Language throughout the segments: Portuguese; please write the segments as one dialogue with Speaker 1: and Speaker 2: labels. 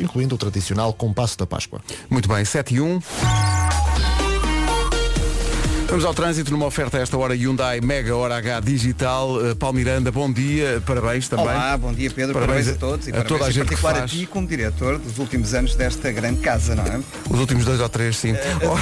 Speaker 1: incluindo o tradicional compasso da Páscoa.
Speaker 2: Muito bem, 7 e 1. Vamos ao trânsito numa oferta a esta hora Hyundai Mega Hora H Digital. Uh, Paulo Miranda, bom dia, parabéns também.
Speaker 3: Olá, bom dia Pedro,
Speaker 2: Tá Parabéns
Speaker 3: parabéns,
Speaker 2: a-
Speaker 3: a todos e
Speaker 2: a
Speaker 3: parabéns
Speaker 2: toda a
Speaker 3: em
Speaker 2: gente que
Speaker 3: particular
Speaker 2: faz.
Speaker 3: a ti como diretor dos últimos anos desta grande casa, não é?
Speaker 2: Os últimos dois ou três, sim. Oh,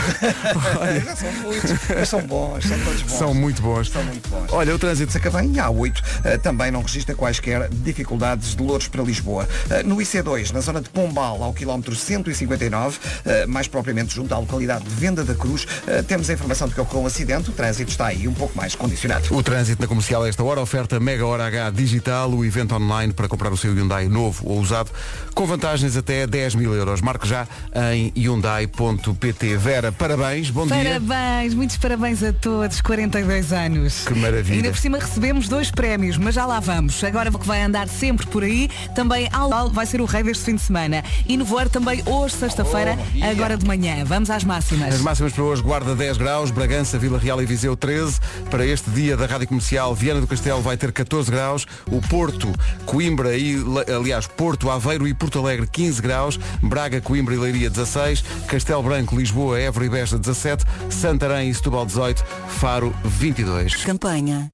Speaker 3: Já são muitos, mas são bons, são todos bons.
Speaker 2: São muito bons.
Speaker 3: São muito bons.
Speaker 2: Olha, o trânsito.
Speaker 3: trânsito se acabem e a A8 eh, também não registra quaisquer dificuldades de Louros para Lisboa. Eh, no IC2, na zona de Pombal, ao quilómetro 159, eh, mais propriamente junto à localidade de Venda da Cruz, eh, temos a informação de que ocorreu um acidente, o trânsito está aí um pouco mais condicionado.
Speaker 2: O trânsito na comercial a esta hora, oferta Mega Hora H Digital, o evento online para comprar o seu Hyundai novo ou usado, com vantagens até 10 mil euros. Marque já em Hyundai.pt. Vera, parabéns, bom dia.
Speaker 4: Parabéns, muitos parabéns a todos, 42 anos.
Speaker 2: Que maravilha.
Speaker 4: Ainda por cima recebemos dois prémios, mas já lá vamos. Agora o que vai andar sempre por aí, também Alal vai ser o rei deste fim de semana. E no voar também hoje, sexta-feira, agora de manhã. Vamos às máximas.
Speaker 2: Oh, As máximas para hoje, Guarda 10 graus, Bragança, Vila Real e Viseu 13. Para este dia da Rádio Comercial, Viana do Castelo vai ter 14 graus, o Porto, Coimbra e, Le- aliás, Porto, Aveiro e Porto Alegre 15 graus, Braga, Coimbra e Leiria 16, Castelo Branco, Lisboa, Évora e Beja 17, Santarém e Setúbal 18, Faro 22.
Speaker 4: Campanha.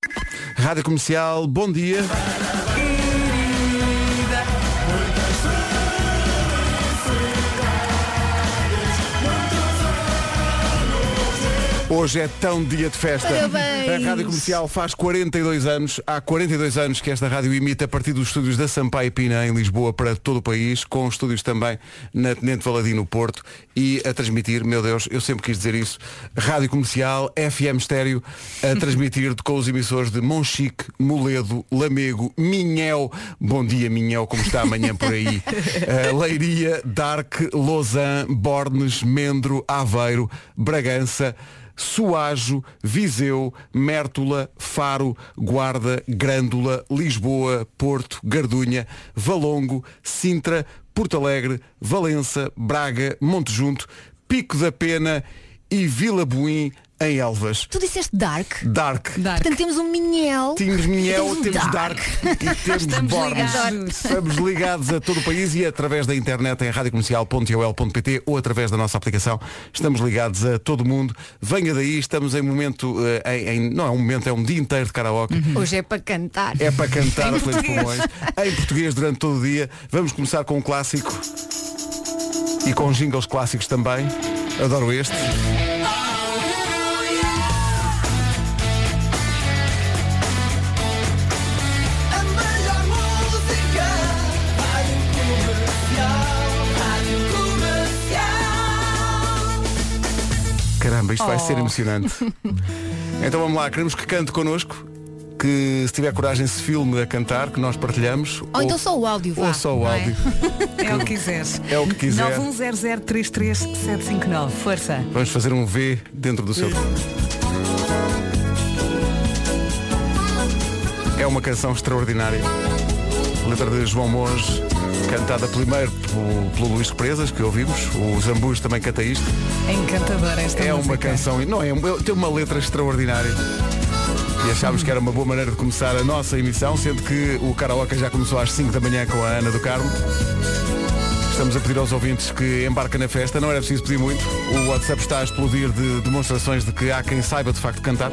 Speaker 2: Rádio Comercial, bom dia. Hoje é tão dia de festa.
Speaker 5: Parabéns.
Speaker 2: A Rádio Comercial faz 42 anos. Há 42 anos que esta rádio emite a partir dos estúdios da Sampaio Pina, em Lisboa, para todo o país, com estúdios também na Tenente Valadino, no Porto, e a transmitir, meu Deus, eu sempre quis dizer isso, Rádio Comercial, FM Estéreo, a transmitir com os emissores de Monchique, Moledo, Lamego, Minhel. Bom dia, Minhel, como está amanhã por aí? Eh, Leiria, Dark, Lausanne, Bornes, Mendro, Aveiro, Bragança, Suajo, Viseu, Mértola, Faro, Guarda, Grândola, Lisboa, Porto, Gardunha, Valongo, Sintra, Porto Alegre, Valença, Braga, Montejunto, Pico da Pena e Vila Buim em Elvas.
Speaker 5: Tu disseste dark.
Speaker 2: Dark.
Speaker 4: Dark.
Speaker 5: Portanto, temos um Minhel.
Speaker 2: Temos Minhel,
Speaker 5: Temos um
Speaker 2: temos Dark,
Speaker 5: Dark.
Speaker 2: e temos
Speaker 4: Estamos
Speaker 2: Borges.
Speaker 4: ligados.
Speaker 2: Estamos ligados a todo o país e através da internet em radiocomercial.ol.pt ou através da nossa aplicação. Estamos ligados a todo mundo. Venha daí, estamos em momento, eh, em, em- não é um momento, é um dia inteiro de karaoke.
Speaker 5: Hoje é para cantar.
Speaker 2: É para cantar a plenos pulmões. Em português durante todo o dia. Vamos começar com um clássico. E com jingles clássicos também. Adoro este. Caramba, isto vai
Speaker 5: Oh.
Speaker 2: ser emocionante. então vamos lá, queremos que cante connosco, que se tiver coragem se filme a cantar, que nós partilhamos.
Speaker 5: Ou então só o áudio, vá.
Speaker 2: Ou só o
Speaker 5: não é?
Speaker 2: áudio.
Speaker 4: É o que quiseres.
Speaker 2: É o que quiser.
Speaker 4: 910033759. Força.
Speaker 2: Vamos fazer um V dentro do seu. É uma canção extraordinária. Letra de João Monge, cantada primeiro pelo, pelo Luís Represas, que ouvimos. O Zambus também canta isto.
Speaker 4: É encantadora esta
Speaker 2: É
Speaker 4: música.
Speaker 2: uma canção, não é? Tem uma letra extraordinária. E achámos que era uma boa maneira de começar a nossa emissão, sendo que o karaoke já começou às 5 da manhã com a Ana do Carmo. Estamos a pedir aos ouvintes que embarquem na festa, não era preciso pedir muito. O WhatsApp está a explodir de demonstrações de que há quem saiba de facto cantar.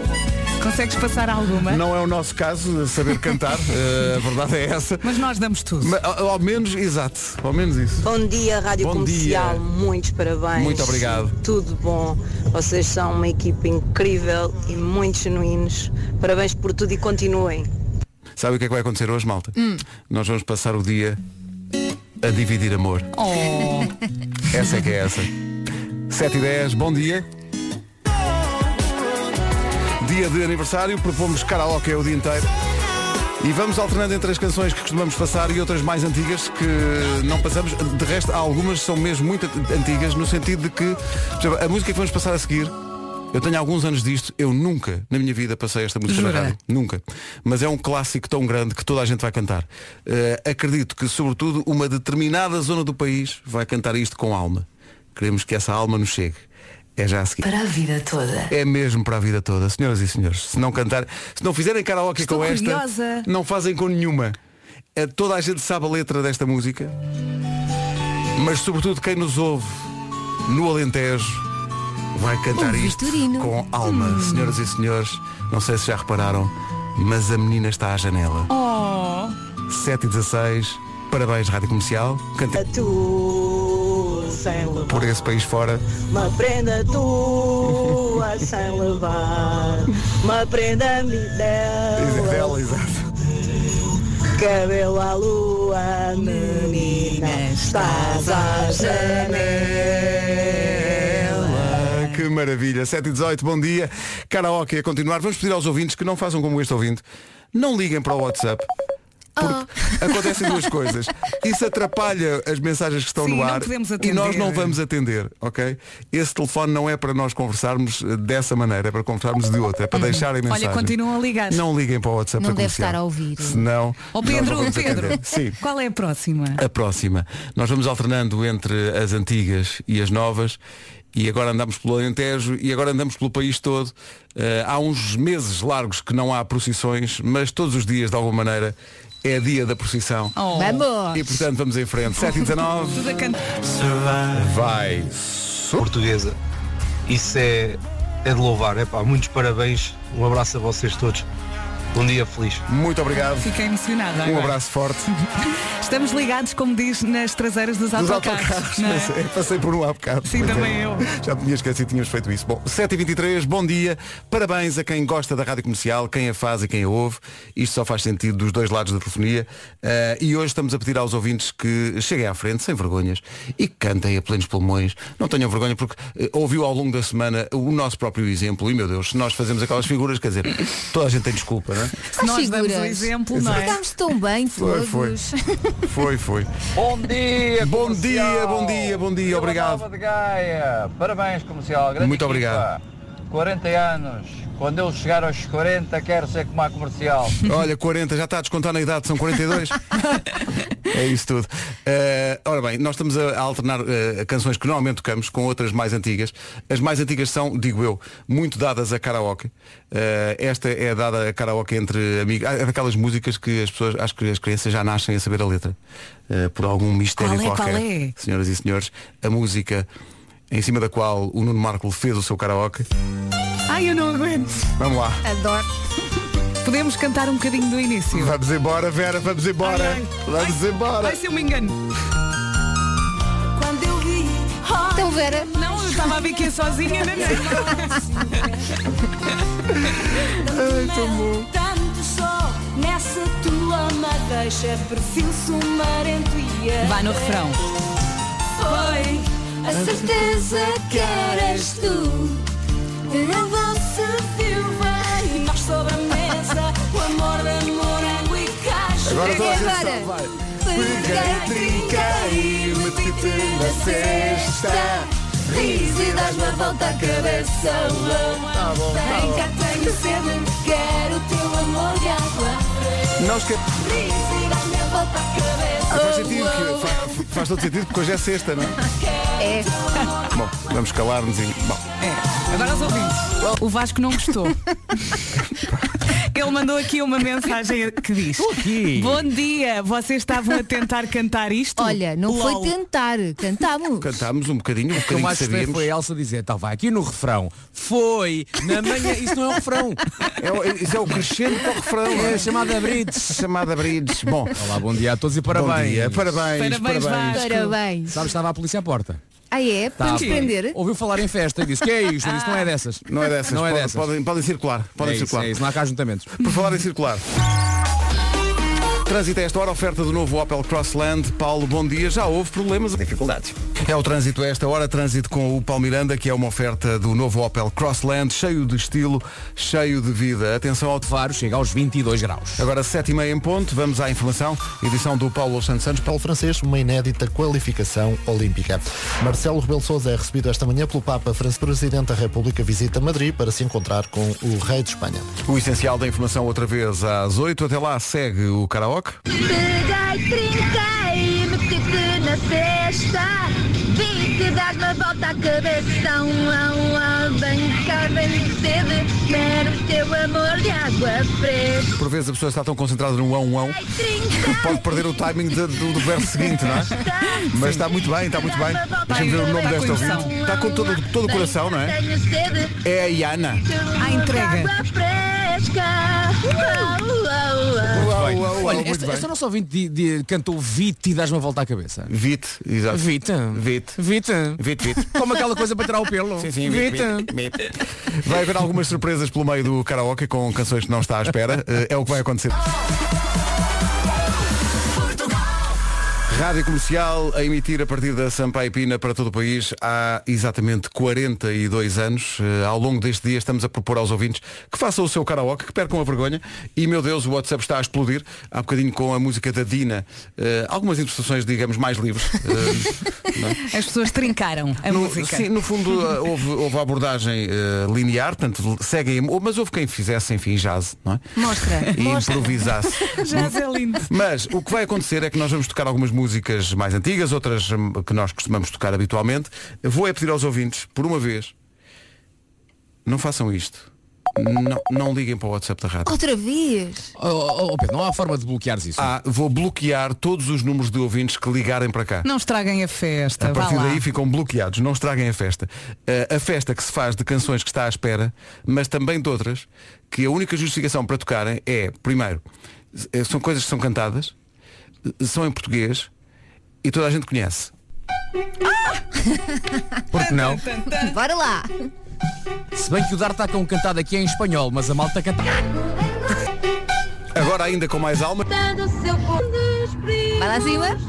Speaker 4: Consegues passar alguma?
Speaker 2: Não é o nosso caso saber cantar, eh, a verdade é essa.
Speaker 4: Mas nós damos tudo.
Speaker 2: Mas, ao ao menos, exato, ao menos isso.
Speaker 6: Bom dia, Rádio
Speaker 2: Bom
Speaker 6: Comercial.
Speaker 2: dia.
Speaker 6: Muitos parabéns.
Speaker 2: Muito obrigado.
Speaker 6: Tudo bom. Vocês são uma equipa incrível e muito genuínos. Parabéns por tudo e continuem.
Speaker 2: Sabe o que é que vai acontecer hoje, malta? Nós vamos passar o dia a dividir amor.
Speaker 4: Oh.
Speaker 2: Essa é que é essa. 7 e 10, bom dia. Dia de aniversário, propomos karaoke o dia inteiro. E vamos alternando entre as canções que costumamos passar e outras mais antigas que não passamos. De resto, há algumas que são mesmo muito ant- antigas, no sentido de que, por exemplo, a música que vamos passar a seguir, eu tenho alguns anos disto, eu nunca na minha vida passei esta música na
Speaker 4: Jura?
Speaker 2: rádio. Nunca. Mas é um clássico tão grande que toda a gente vai cantar. Eh, acredito que, sobretudo, uma determinada zona do país vai cantar isto com alma. Queremos que essa alma nos chegue. É já a seguir.
Speaker 4: Para a vida toda.
Speaker 2: É mesmo para a vida toda, senhoras e senhores. Se não cantar, se não fizerem karaoke
Speaker 4: Estou
Speaker 2: com esta,
Speaker 4: curiosa.
Speaker 2: É, não fazem com nenhuma. Eh, Toda a gente sabe a letra desta música. mas sobretudo quem nos ouve no Alentejo vai cantar
Speaker 5: Um
Speaker 2: isto
Speaker 5: Vitorino.
Speaker 2: com alma.
Speaker 4: Hum.
Speaker 2: Senhoras e senhores, não sei se já repararam, mas a menina está à janela.
Speaker 4: Oh,
Speaker 2: 7 e 16, parabéns Rádio Comercial,
Speaker 6: A
Speaker 2: cantei
Speaker 6: tu sem levar
Speaker 2: por esse país fora.
Speaker 6: Uma prenda tua sem levar Uma prenda me dela
Speaker 2: exato.
Speaker 6: Cabelo à lua, menina Estás à janela
Speaker 2: Ah, Que maravilha, 7 e 18, bom dia. Karaoke a continuar. Vamos pedir aos ouvintes que não façam como este ouvinte. Não liguem para o WhatsApp.
Speaker 4: Ah.
Speaker 2: Porque acontecem duas coisas. Isso atrapalha as mensagens que estão
Speaker 4: Sim,
Speaker 2: no
Speaker 4: não
Speaker 2: ar
Speaker 4: podemos
Speaker 2: e
Speaker 4: atender.
Speaker 2: nós não vamos atender, ok? Esse telefone não é para nós conversarmos eh, dessa maneira, é para conversarmos de outra, é para deixarem mensagem.
Speaker 4: Hum. continuam a ligar.
Speaker 2: Não liguem para o WhatsApp.
Speaker 5: Não
Speaker 2: da
Speaker 5: deve
Speaker 2: Comercial.
Speaker 5: estar a ouvir.
Speaker 2: Senão.
Speaker 4: oh
Speaker 2: nós não
Speaker 4: Pedro,
Speaker 2: vamos
Speaker 4: Pedro,
Speaker 2: atender. Sim.
Speaker 4: qual é a próxima?
Speaker 2: A próxima. Nós vamos alternando entre as antigas e as novas. E agora andamos pelo Alentejo e agora andamos pelo país todo. Eh, há uns meses largos que não há procissões, mas todos os dias, de alguma maneira, é dia da procissão.
Speaker 4: Oh,
Speaker 5: Vamos!
Speaker 2: E portanto vamos em frente. 7 e 19
Speaker 4: tudo a cantar.
Speaker 2: vai.
Speaker 3: portuguesa. Isso é, é de louvar. Epá, muitos parabéns. Um abraço a vocês todos. Um dia feliz.
Speaker 2: Muito obrigado.
Speaker 4: Fiquei emocionada.
Speaker 2: Um
Speaker 4: agora.
Speaker 2: abraço forte.
Speaker 4: Estamos ligados, como diz, nas traseiras dos
Speaker 2: Dos
Speaker 4: autocarros.
Speaker 2: autocarros.
Speaker 4: não é?
Speaker 2: Passei, passei por um há bocado.
Speaker 4: Sim,
Speaker 2: Pois é.
Speaker 4: também eu.
Speaker 2: Já me tinha esquecido, tínhamos feito isso. Bom, 7h23, bom dia. Parabéns a quem gosta da rádio comercial, quem a faz e quem a ouve. Isto só faz sentido dos dois lados da telefonia. Eh, e hoje estamos a pedir aos ouvintes que cheguem à frente, sem vergonhas, e que cantem a plenos pulmões. Não tenham vergonha, porque eh, ouviu ao longo da semana o nosso próprio exemplo. E, meu Deus, se nós fazemos aquelas figuras, quer dizer, toda a gente tem desculpa, não é?
Speaker 4: Se nós damos o
Speaker 5: figuras.
Speaker 4: exemplo, não é?
Speaker 5: Estamos Tá tão bem
Speaker 2: Foi,
Speaker 5: todos.
Speaker 2: foi. Foi, foi.
Speaker 7: Bom dia,
Speaker 2: Bom
Speaker 7: comercial.
Speaker 2: dia, bom dia, bom dia,
Speaker 7: Vila
Speaker 2: obrigado.
Speaker 7: Nova de Gaia. Parabéns, comercial. Grande
Speaker 2: Muito
Speaker 7: equipa.
Speaker 2: obrigado.
Speaker 7: 40 anos. Quando eu chegar aos 40, quero ser como a comercial.
Speaker 2: Olha, 40, já está a descontar na idade, são 42. é isso tudo. Eh, ora bem, nós estamos a, a alternar eh, canções que normalmente tocamos com outras mais antigas. As mais antigas são, digo eu, muito dadas a karaoke. Eh, esta é dada a karaoke entre amigos. Ah, É daquelas músicas que as pessoas, acho que as crianças já nascem a saber a letra. eh, por algum mistério
Speaker 4: Qual é,
Speaker 2: qualquer.
Speaker 4: qual é?
Speaker 2: Senhoras e senhores, a música em cima da qual o Nuno Marco fez o seu karaoke.
Speaker 4: Ai, eu não aguento.
Speaker 2: Vamos lá.
Speaker 5: Adoro.
Speaker 4: Podemos cantar um bocadinho do início.
Speaker 2: Vamos embora, Vera, vamos embora.
Speaker 4: Ai, ai.
Speaker 2: Vamos embora.
Speaker 4: Ai, se eu me engano. Quando eu vi. oh,
Speaker 5: Então, Vera,
Speaker 4: Não, eu estava a ver que é sozinha, não é?
Speaker 8: Tanto só nessa tua madeixa, perfil sumarento e a
Speaker 4: Vá no refrão.
Speaker 8: foi a certeza que eras tu. A doce viúva e nós sobre a mesa, o amor da morango e cacho.
Speaker 2: Agora toda a gente
Speaker 5: Agora.
Speaker 2: sabe, vai.
Speaker 8: Peguei, trinquei, meti-te na cesta. Riz e dás-me a volta à cabeça. Tá bom, Vem cá, tenho sede, quero o teu amor de água.
Speaker 2: Nós que...
Speaker 8: Riz e dás-me a volta à cabeça.
Speaker 2: Ah, Faz sentido,
Speaker 8: oh,
Speaker 2: que- fa- faz todo sentido porque hoje é sexta, não é?
Speaker 5: é.
Speaker 2: Bom, vamos calar-nos e. Bom,
Speaker 4: É. Agora os ouvintes. O Vasco não gostou. Ele mandou aqui uma mensagem que diz Bom dia, vocês estavam a tentar cantar isto?
Speaker 5: Olha, não
Speaker 4: Lol.
Speaker 5: foi tentar. Cantámos.
Speaker 2: cantámos um bocadinho, um
Speaker 9: que
Speaker 2: bocadinho
Speaker 9: eu
Speaker 2: que
Speaker 9: mais gostei
Speaker 2: sabíamos.
Speaker 9: foi a Elsa dizer, tá, vai aqui no refrão. Foi na manhã. Isso não é um refrão.
Speaker 2: É, o- isso é o crescendo para o refrão.
Speaker 9: É
Speaker 2: É
Speaker 9: a chamada Brits.
Speaker 2: chamada Brides. Bom,
Speaker 9: Olá, bom dia a todos e
Speaker 2: bom
Speaker 9: parabéns.
Speaker 2: dia. Parabéns,
Speaker 4: Parabéns,
Speaker 2: parabéns.
Speaker 4: Vasco.
Speaker 5: Parabéns.
Speaker 9: Sabes, estava a polícia à porta.
Speaker 5: Ah, é? Para nos
Speaker 2: Tá
Speaker 9: Estava.
Speaker 5: prender?
Speaker 9: Ouviu falar em festa e disse, que é isto? Eu disse, não é dessas.
Speaker 2: Não é dessas.
Speaker 9: Não é
Speaker 2: pode-
Speaker 9: dessas.
Speaker 2: Podem, podem circular. Podem
Speaker 9: é isso,
Speaker 2: circular.
Speaker 9: é isso, não há cá ajuntamentos.
Speaker 2: Por falar em circular. Trânsito a esta hora, oferta do novo Opel Crossland. Paulo, bom dia. Já houve problemas?
Speaker 10: Dificuldades.
Speaker 2: É o trânsito a esta hora, trânsito com o Paulo Miranda, que é uma oferta do novo Opel Crossland, cheio de estilo, cheio de vida. Atenção ao
Speaker 9: Faro chega aos 22 graus.
Speaker 2: Agora 7 e meia em ponto, vamos à informação, edição do Paulo Santos Santos.
Speaker 11: Paulo francês, uma inédita qualificação olímpica. Marcelo Rebelo Sousa é recebido esta manhã pelo Papa Francisco. Presidente da República visita Madrid para se encontrar com o rei de Espanha.
Speaker 2: O essencial da informação outra vez às 8, até lá segue o karaoke.
Speaker 8: Peguei, trinquei, meti-te na cesta.
Speaker 12: Sim, que dás uma volta à cabeça, um a um a bancar bem cedo. Quero o teu amor de água fresca.
Speaker 2: Por vezes a pessoa está tão concentrada no uão uão que pode perder o timing de- do, do verso seguinte, não é? Mas está muito bem, está muito bem. Deixa-me ver o nome
Speaker 12: Está com
Speaker 2: desta
Speaker 12: emoção.
Speaker 2: ouvinte. Está com todo, todo o coração, não é?
Speaker 12: Tenho sede.
Speaker 2: É a Iana.
Speaker 12: A entrega. Água fresca. Au, au, au.
Speaker 2: Uau, uau, uau,
Speaker 13: Olha,
Speaker 2: muito
Speaker 13: esta,
Speaker 2: bem.
Speaker 13: esta nossa ouvinte de, de, cantou Vite e dás-me a volta à cabeça.
Speaker 2: Vite, exato.
Speaker 13: Vite.
Speaker 2: Vite.
Speaker 13: Vite.
Speaker 2: Vite, Vite.
Speaker 13: Como aquela coisa para tirar o pelo.
Speaker 2: Sim, sim,
Speaker 13: Vite.
Speaker 2: Vai haver algumas surpresas pelo meio do karaoke com canções que não está à espera. Eh, É o que vai acontecer. Rádio Comercial a emitir a partir da Sampaio Pina para todo o país há exatamente 42 anos. Eh, ao longo deste dia estamos a propor aos ouvintes que façam o seu karaoke, que percam a vergonha. E, meu Deus, o WhatsApp está a explodir. Há bocadinho com a música da Dina. eh, algumas interpretações, digamos, mais livres. Eh, não é?
Speaker 4: As pessoas trincaram a
Speaker 2: No,
Speaker 4: música.
Speaker 2: sim, no fundo uh, houve, houve a abordagem uh, linear, portanto, seguem, mas houve quem fizesse, enfim, jazz, não é?
Speaker 5: Mostra.
Speaker 2: E
Speaker 5: mostra.
Speaker 2: improvisasse.
Speaker 4: Já é lindo.
Speaker 2: Mas o que vai acontecer é que nós vamos tocar algumas músicas mais antigas, outras hum, que nós costumamos tocar habitualmente. Vou é pedir aos ouvintes, por uma vez, não façam isto. Não, não liguem para o WhatsApp da rádio.
Speaker 5: Outra vez.
Speaker 13: Oh, oh, oh, Pedro, não há forma de bloqueares isso.
Speaker 2: Ah, vou bloquear todos os números de ouvintes que ligarem para cá.
Speaker 4: Não estraguem a festa.
Speaker 2: A
Speaker 4: Vá
Speaker 2: partir
Speaker 4: lá.
Speaker 2: daí ficam bloqueados, não estraguem a festa. Uh, a festa que se faz de canções que está à espera, mas também de outras, que a única justificação para tocarem é, primeiro, s- eh, são coisas que são cantadas, eh, são em português e toda a gente conhece.
Speaker 4: Ah!
Speaker 13: Porque não?
Speaker 5: Bora lá.
Speaker 13: Se bem que o Dar está com um cantado aqui em espanhol, mas a malta canta.
Speaker 2: Agora ainda com mais alma.
Speaker 12: Dando o seu corpo dos primos.
Speaker 5: Vai lá acima.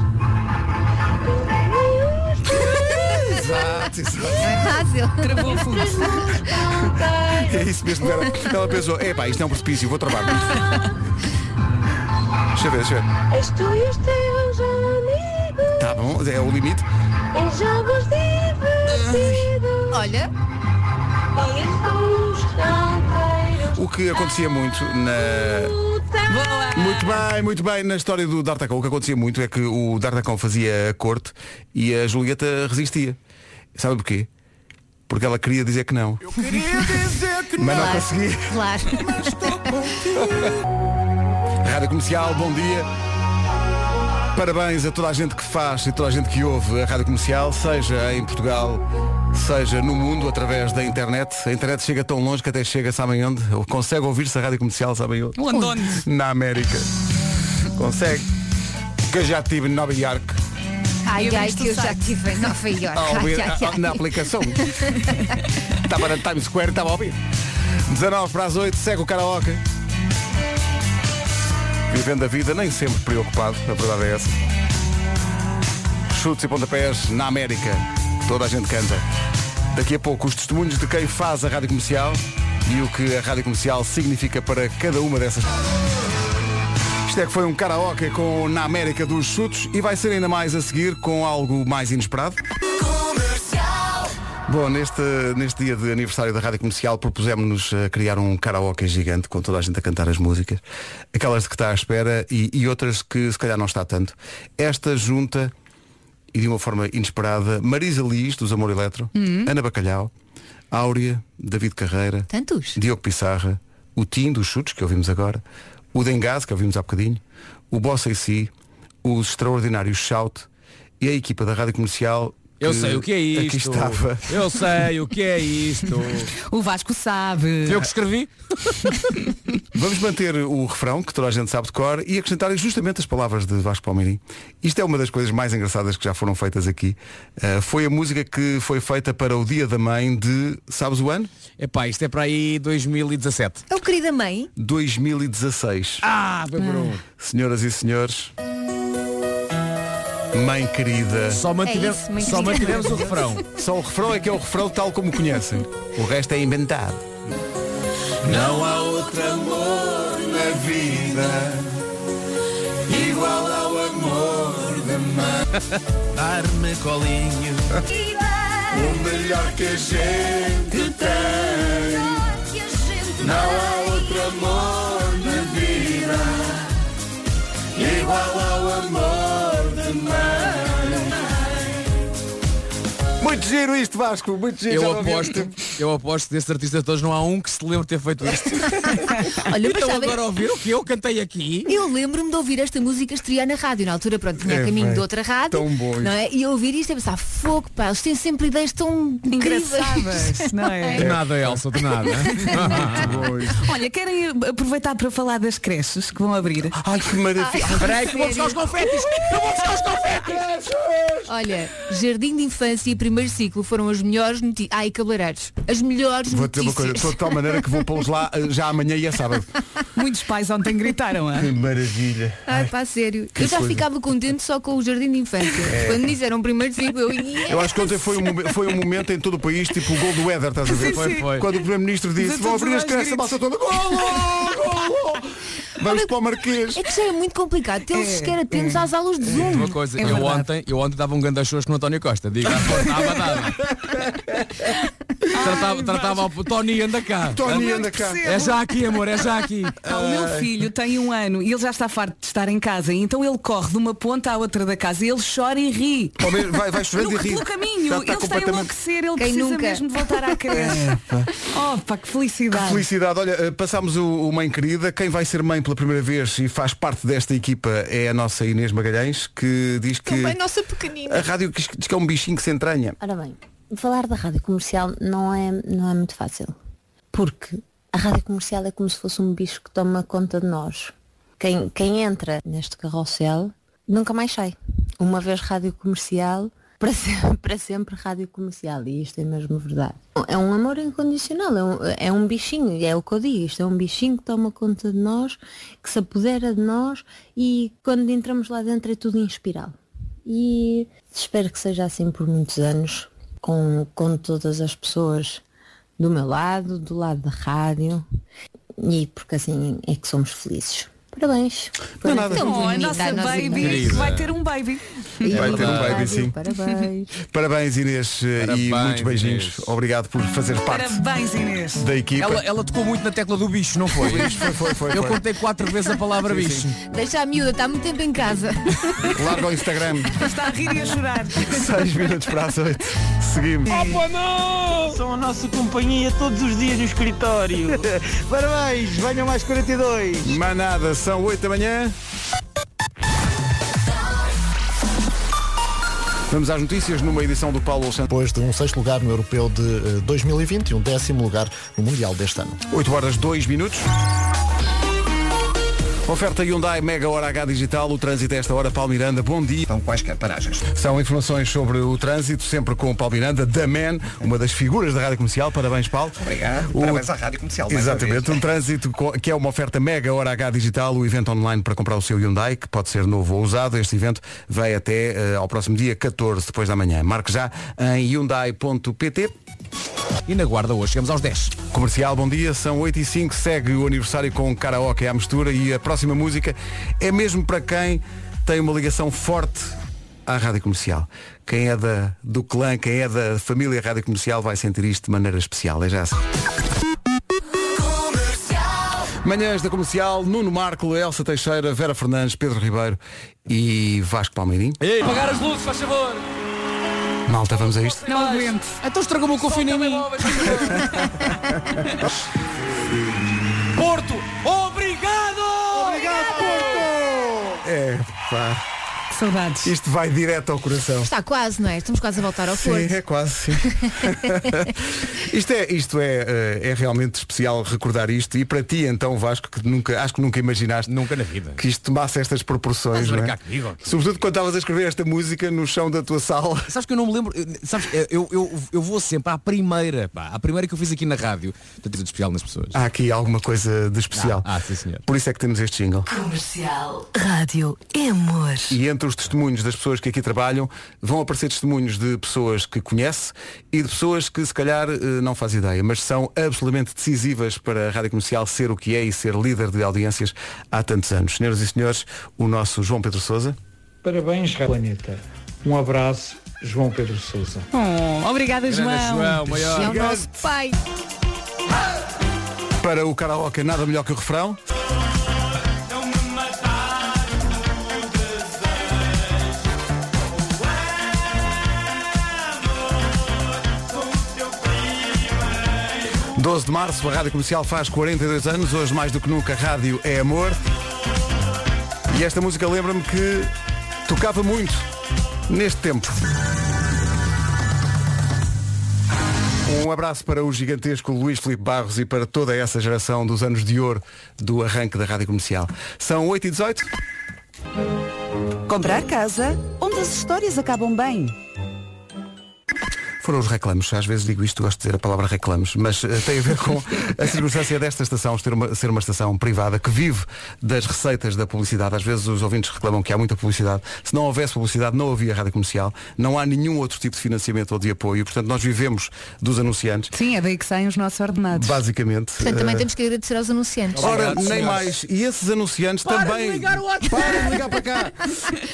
Speaker 2: Exato, exato.
Speaker 5: Fácil.
Speaker 4: Travou o fundo.
Speaker 2: É isso mesmo, Vera. Ela pensou, epá, isto é um precipício, vou travar. Deixa eu ver, deixa eu ver.
Speaker 12: És tu e os teus amigos.
Speaker 2: Tá bom, é o limite.
Speaker 8: Tá
Speaker 12: Em jogos divertidos.
Speaker 5: Olha,
Speaker 12: És tu os canteiros.
Speaker 2: O que acontecia muito na,
Speaker 4: Boa.
Speaker 2: Muito bem, muito bem. Na história do D'Artacão, o que acontecia muito é que o D'Artacão fazia a corte e a Julieta resistia. Sabe porquê? Porque ela queria dizer que não. Mas não
Speaker 5: Claro.
Speaker 2: conseguia.
Speaker 5: claro.
Speaker 2: Rádio Comercial, bom dia. Parabéns a toda a gente que faz e toda a gente que ouve a Rádio Comercial, seja em Portugal, seja no mundo, através da internet. A internet chega tão longe que até chega, sabem onde? Ou Consegue ouvir-se a Rádio Comercial, sabem onde?
Speaker 4: Londone.
Speaker 2: Na América. Consegue. Que eu já estive em Nova York.
Speaker 5: Ai,
Speaker 4: Eu
Speaker 5: ai,
Speaker 4: gosto
Speaker 5: que eu
Speaker 4: do
Speaker 5: já
Speaker 4: site.
Speaker 5: estive em Nova Iorque.
Speaker 2: a
Speaker 5: Ai,
Speaker 2: ouvir
Speaker 5: ai,
Speaker 2: a-
Speaker 5: ai.
Speaker 2: Ah, na aplicação. estava na Times Square, estava a ouvir. 19 para as 8, segue o karaoke. Vivendo a vida, nem sempre preocupado, a verdade é essa. Chutes e pontapés na América. Toda a gente canta. Daqui a pouco, os testemunhos de quem faz a rádio comercial e o que a rádio comercial significa para cada uma dessas. Isto é que foi um karaoke com Na América dos Chutos e vai ser ainda mais a seguir com algo mais inesperado. Bom, neste, neste dia de aniversário da Rádio Comercial propusemos-nos a criar um karaoke gigante com toda a gente a cantar as músicas, aquelas de que está à espera e, e outras que se calhar não está tanto. Esta junta, e de uma forma inesperada, Marisa Liz, dos Amor Eletro, Ana Bacalhau, Áurea, David Carreira,
Speaker 5: Tantos.
Speaker 2: Diogo Pissarra, o Tim dos Chutes, que ouvimos agora, o Dengas, que ouvimos há bocadinho, o Bossa e Si, os extraordinários Shout e a equipa da Rádio Comercial.
Speaker 13: Eu
Speaker 2: que
Speaker 13: sei o que é
Speaker 2: Aqui
Speaker 13: isto.
Speaker 2: estava.
Speaker 13: Eu sei o que é isto.
Speaker 4: O Vasco sabe.
Speaker 13: Eu que escrevi.
Speaker 2: Vamos manter o refrão, que toda a gente sabe de cor, e acrescentar justamente as palavras de Vasco Palmeirim. Isto é uma das coisas mais engraçadas que já foram feitas aqui. Ah, foi a música que foi feita para o Dia da Mãe de, sabes o ano?
Speaker 13: Epá, isto é para aí 2017.
Speaker 5: É o querida mãe.
Speaker 2: 2016.
Speaker 13: Ah, foi por um.
Speaker 2: Senhoras e senhores, Mãe querida.
Speaker 13: Só, mantive-
Speaker 5: É isso, muito
Speaker 13: só
Speaker 5: obrigada.
Speaker 13: mantivemos o refrão.
Speaker 2: Só o refrão é que é o refrão tal como o conhecem. O resto é inventado. Não há outro amor na vida igual ao amor de mãe. Dar-me colinho. O melhor que a gente tem. Não há outro amor na vida igual ao amor de mãe. Muito giro isto, Vasco, muito giro. já
Speaker 13: Eu
Speaker 2: não havia muito
Speaker 13: aposto,
Speaker 2: tempo.
Speaker 13: eu aposto desses artistas todos não há um que se lembre de ter feito isto.
Speaker 5: Olha, mas
Speaker 13: então
Speaker 5: sabem-
Speaker 13: agora ouvir o que eu cantei aqui.
Speaker 5: Eu lembro-me de ouvir esta música estrear na rádio. Na altura, pronto, tinha
Speaker 13: É,
Speaker 5: caminho
Speaker 13: bem,
Speaker 5: de outra rádio.
Speaker 13: tão bom
Speaker 5: não é? E eu ouvir isto e pensar, fogo, pá, eles têm sempre ideias tão
Speaker 4: Engraçadas,
Speaker 5: incríveis.
Speaker 4: não é?
Speaker 13: De nada, Elsa, de nada.
Speaker 4: Olha, querem aproveitar para falar das creches que vão abrir?
Speaker 2: Ai, que maravilha.
Speaker 5: Ai, Espera aí, que vou buscar os sério?
Speaker 13: confetes. Eu vou buscar os confetes.
Speaker 5: Olha, Jardim de Infância e Primeiro Ciclo foram as melhores notícias. Ai, cabeleireiros. As melhores
Speaker 2: Vou dizer
Speaker 5: notícias.
Speaker 2: uma coisa, estou de tal maneira que vou pô-los lá eh, já amanhã e é sábado.
Speaker 4: Muitos pais ontem gritaram, hã?
Speaker 2: maravilha.
Speaker 5: Ai, pá, sério.
Speaker 2: que
Speaker 5: eu já
Speaker 2: coisa. É.
Speaker 5: ficava contente só com o Jardim de Infância. Quando me disseram Primeiro Ciclo, eu... Yes!
Speaker 2: Eu acho que ontem foi um, momen- foi um momento em todo o país, tipo o gol do Éder, estás a ver?
Speaker 13: Sim, sim.
Speaker 2: Quando o Primeiro-Ministro disse,
Speaker 13: Todos
Speaker 2: vão abrir
Speaker 13: aos
Speaker 2: as crianças, a
Speaker 13: gritos.
Speaker 2: malta toda, golo, golo, vamos para o Marquês.
Speaker 5: É que já é muito complicado tê-los sequer
Speaker 2: É.
Speaker 5: atentos às aulas de Zoom.
Speaker 13: Uma coisa,
Speaker 5: É
Speaker 13: eu,
Speaker 5: verdade.
Speaker 13: ontem, eu ontem dava um grande shows no António Costa. "Ah, Diga, estava dado. Tratava, tratava o Tony, anda cá.
Speaker 2: Tony, anda cá.
Speaker 13: É já aqui, amor, é já aqui.
Speaker 4: Pá, Ah, o meu filho tem um ano e ele já está farto de estar em casa, e então ele corre de uma ponta à outra da casa e ele chora e ri.
Speaker 2: Ao menos Vai, vai chorando e
Speaker 4: No,
Speaker 2: rir.
Speaker 4: pelo caminho,
Speaker 2: Já
Speaker 4: ele está a enlouquecer, ele
Speaker 5: Quem
Speaker 4: precisa
Speaker 5: nunca?
Speaker 4: mesmo de voltar à creche. oh, pá, que felicidade.
Speaker 2: Felicidade, olha, eh, passámos o, o Mãe Querida. Quem vai ser mãe pela primeira vez e faz parte desta equipa é a nossa Inês Magalhães, que diz que
Speaker 5: Também nossa pequenina.
Speaker 2: a rádio diz que diz que é um bichinho que se entranha.
Speaker 8: Ora bem, falar da rádio comercial não é, não é muito fácil. Porque a rádio comercial é como se fosse um bicho que toma conta de nós. Quem, quem entra neste carrossel nunca mais sai. Uma vez rádio comercial, para sempre, para sempre rádio comercial. E isto é mesmo verdade. É um amor incondicional, é um, é um bichinho, é o que eu digo. Isto é um bichinho que toma conta de nós, que se apodera de nós e quando entramos lá dentro é tudo em espiral e espero que seja assim por muitos anos, com, com todas as pessoas do meu lado, do lado da rádio, e porque assim é que somos felizes. Parabéns.
Speaker 2: Não é nada.
Speaker 5: Tão
Speaker 4: Oh, a
Speaker 5: bonita
Speaker 4: nossa
Speaker 5: a nossa
Speaker 4: baby
Speaker 5: Inês.
Speaker 4: que vai ter um baby.
Speaker 2: Vai ter um baby, sim.
Speaker 8: Parabéns.
Speaker 2: Parabéns, Inês, eh, e
Speaker 13: Parabéns,
Speaker 2: muitos beijinhos.
Speaker 13: Inês.
Speaker 2: Obrigado por fazer parte
Speaker 4: Parabéns, Inês.
Speaker 2: da equipa.
Speaker 13: Ela, ela tocou muito na tecla do bicho, não foi?
Speaker 2: Foi, foi, foi,
Speaker 13: Eu
Speaker 2: foi.
Speaker 13: contei quatro vezes a palavra
Speaker 2: Sim,
Speaker 13: bicho.
Speaker 5: Deixa a miúda, está há muito tempo em casa.
Speaker 2: Larga o Instagram.
Speaker 4: Está a rir e a chorar.
Speaker 2: 6 minutos para as 8. Seguimos.
Speaker 14: São a nossa companhia todos os dias no escritório. Parabéns, venham mais 42.
Speaker 2: Manada, são 8 da manhã. Vamos às notícias numa edição do Paulo Santos.
Speaker 1: Depois de um sexto lugar no Europeu de eh, 2020 e um décimo lugar no Mundial deste ano.
Speaker 2: 8 horas 2 minutos. Oferta Hyundai Mega Hora H Digital, o trânsito a esta hora, Paulo Miranda, bom dia.
Speaker 3: Estão quaisquer paragens.
Speaker 2: São informações sobre o trânsito, sempre com o Paulo Miranda, da Man, uma das figuras da Rádio Comercial. Parabéns, Paulo.
Speaker 3: Obrigado.
Speaker 2: O-
Speaker 3: Parabéns à Rádio Comercial. mais uma
Speaker 2: Exatamente,
Speaker 3: vez.
Speaker 2: um trânsito co- que é uma oferta mega hora H digital, o evento online para comprar o seu Hyundai, que pode ser novo ou usado. Este evento vai até eh, ao próximo dia 14, depois da manhã. Marque já em hyundai.pt.
Speaker 13: E na guarda hoje chegamos aos 10.
Speaker 2: Comercial, bom dia, são 8 e 5 segue o aniversário com karaoke à mistura e a próxima música é mesmo para quem tem uma ligação forte à rádio comercial. Quem é da, do clã, quem é da família rádio comercial vai sentir isto de maneira especial, é já assim. Manhãs da Comercial, Nuno Marco, Elsa Teixeira, Vera Fernandes, Pedro Ribeiro e Vasco Palmeirim.
Speaker 13: Apagar as luzes, faz favor.
Speaker 2: Malta, vamos a isto?
Speaker 4: Não aguento.
Speaker 13: Então estragou-me o confino em mim. Porto, obrigado!
Speaker 2: É, pá,
Speaker 4: Que saudades.
Speaker 2: isto vai direto ao coração.
Speaker 5: Está quase, não é? Estamos quase a voltar ao
Speaker 2: Sim,
Speaker 5: Porto.
Speaker 2: é quase, sim. isto é, isto é, eh, é realmente especial recordar isto e para ti então Vasco, que nunca, acho que nunca imaginaste
Speaker 13: Nunca na vida.
Speaker 2: que isto tomasse estas proporções.
Speaker 13: Estás a
Speaker 2: não é?
Speaker 13: brincar comigo, ok?
Speaker 2: Sobretudo quando estavas a escrever esta música no chão da tua sala.
Speaker 13: Sabes que eu não me lembro, eh, sabes, eh, eu, eu, eu vou sempre à primeira, pá, à primeira que eu fiz aqui na rádio. Estou a dizer de especial nas pessoas.
Speaker 2: Há aqui alguma coisa de especial.
Speaker 13: Ah, ah, sim, senhor.
Speaker 2: Por isso é que temos este jingle.
Speaker 12: Comercial. Rádio é amor.
Speaker 2: E entre os testemunhos das pessoas que aqui trabalham vão aparecer testemunhos de pessoas que conhece e de pessoas que se calhar eh, não faz ideia, mas são absolutamente decisivas para a Rádio Comercial ser o que é e ser líder de audiências há tantos anos. Senhoras e senhores, o nosso João Pedro Sousa.
Speaker 14: Parabéns, Planeta. Um abraço, João Pedro Souza.
Speaker 4: Oh, obrigada,
Speaker 13: Grande
Speaker 4: João.
Speaker 13: João, maior.
Speaker 5: É o nosso pai.
Speaker 2: Para o karaoke nada melhor que o refrão. 12 de março, a Rádio Comercial faz 42 anos, hoje mais do que nunca a rádio é amor. E esta música lembra-me que tocava muito neste tempo. Um abraço para o gigantesco Luís Filipe Barros e para toda essa geração dos anos de ouro do arranque da Rádio Comercial. São 8 e 18
Speaker 15: Comprar casa onde as histórias acabam bem.
Speaker 2: Foram os reclamos, às vezes digo isto, gosto de dizer a palavra reclamos, mas eh, tem a ver com a circunstância desta estação ser uma, ser uma estação privada que vive das receitas da publicidade. Às vezes os ouvintes reclamam que há muita publicidade. Se não houvesse publicidade, não havia rádio comercial, não há nenhum outro tipo de financiamento ou de apoio. Portanto, nós vivemos dos anunciantes,
Speaker 4: Sim, é daí que saem os nossos ordenados.
Speaker 2: basicamente.
Speaker 5: Portanto, também
Speaker 2: eh,
Speaker 5: temos que agradecer aos anunciantes.
Speaker 2: Ora, nem mais. E esses anunciantes também. Para de ligar para cá.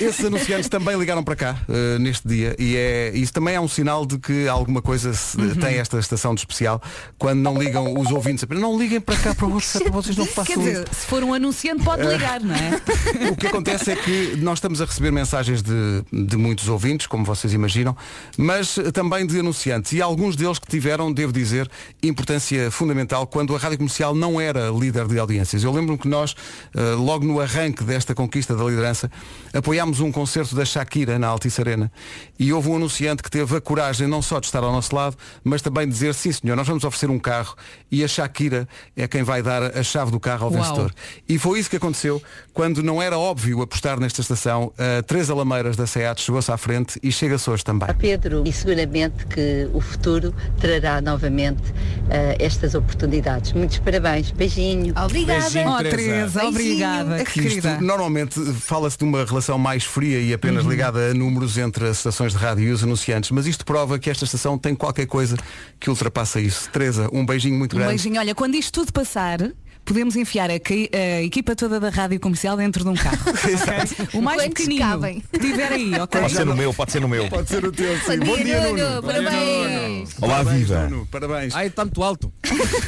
Speaker 2: Esses anunciantes também ligaram para cá eh, neste dia e é, isso também é um sinal de que alguma coisa se- tem esta estação de especial quando não ligam os ouvintes apenas. Não liguem para cá para o WhatsApp, vocês não
Speaker 4: Quer
Speaker 2: façam
Speaker 4: dizer,
Speaker 2: isso.
Speaker 4: se for um anunciante pode
Speaker 2: Eh,
Speaker 4: ligar, não é?
Speaker 2: O que acontece é que nós estamos a receber mensagens de, de muitos ouvintes, como vocês imaginam, mas também de anunciantes. E alguns deles que tiveram, devo dizer, importância fundamental quando a rádio comercial não era líder de audiências. Eu lembro-me que nós, eh, logo no arranque desta conquista da liderança, apoiámos um concerto da Shakira na Altice Arena e houve um anunciante que teve a coragem não só de estar ao nosso lado, mas também de dizer, sim senhor, nós vamos oferecer um carro e a Shakira é quem vai dar a chave do carro ao
Speaker 9: Uau.
Speaker 2: vencedor. E foi isso que aconteceu quando não era óbvio apostar nesta estação. A Teresa Lameiras da SEAT chegou-se à frente e chega-se hoje também.
Speaker 16: Pedro, e seguramente que o futuro trará novamente eh, estas oportunidades. Muitos parabéns, beijinho.
Speaker 5: Obrigada.
Speaker 4: Beijinho, Oh, Teresa. Teresa, obrigada.
Speaker 2: É que isto,
Speaker 4: Querida.
Speaker 2: normalmente fala-se de uma relação mais fria e apenas ligada a números entre as estações de rádio e os anunciantes, mas isto prova que esta estação tem qualquer coisa que ultrapassa isso. Teresa, um beijinho muito
Speaker 4: Um
Speaker 2: grande.
Speaker 4: beijinho. Olha, quando isto tudo passar, podemos enfiar a, que- a equipa toda da rádio comercial dentro de um carro. O mais
Speaker 5: Quantos
Speaker 4: pequenino
Speaker 5: cabem?
Speaker 4: que tiver aí, ok?
Speaker 11: Pode ser um no meu, pode ser no meu.
Speaker 2: Pode ser o teu, sim.
Speaker 5: Bom dia, Nuno.
Speaker 4: Parabéns.
Speaker 11: Olá, viva.
Speaker 2: Parabéns.
Speaker 13: Ai, está muito alto.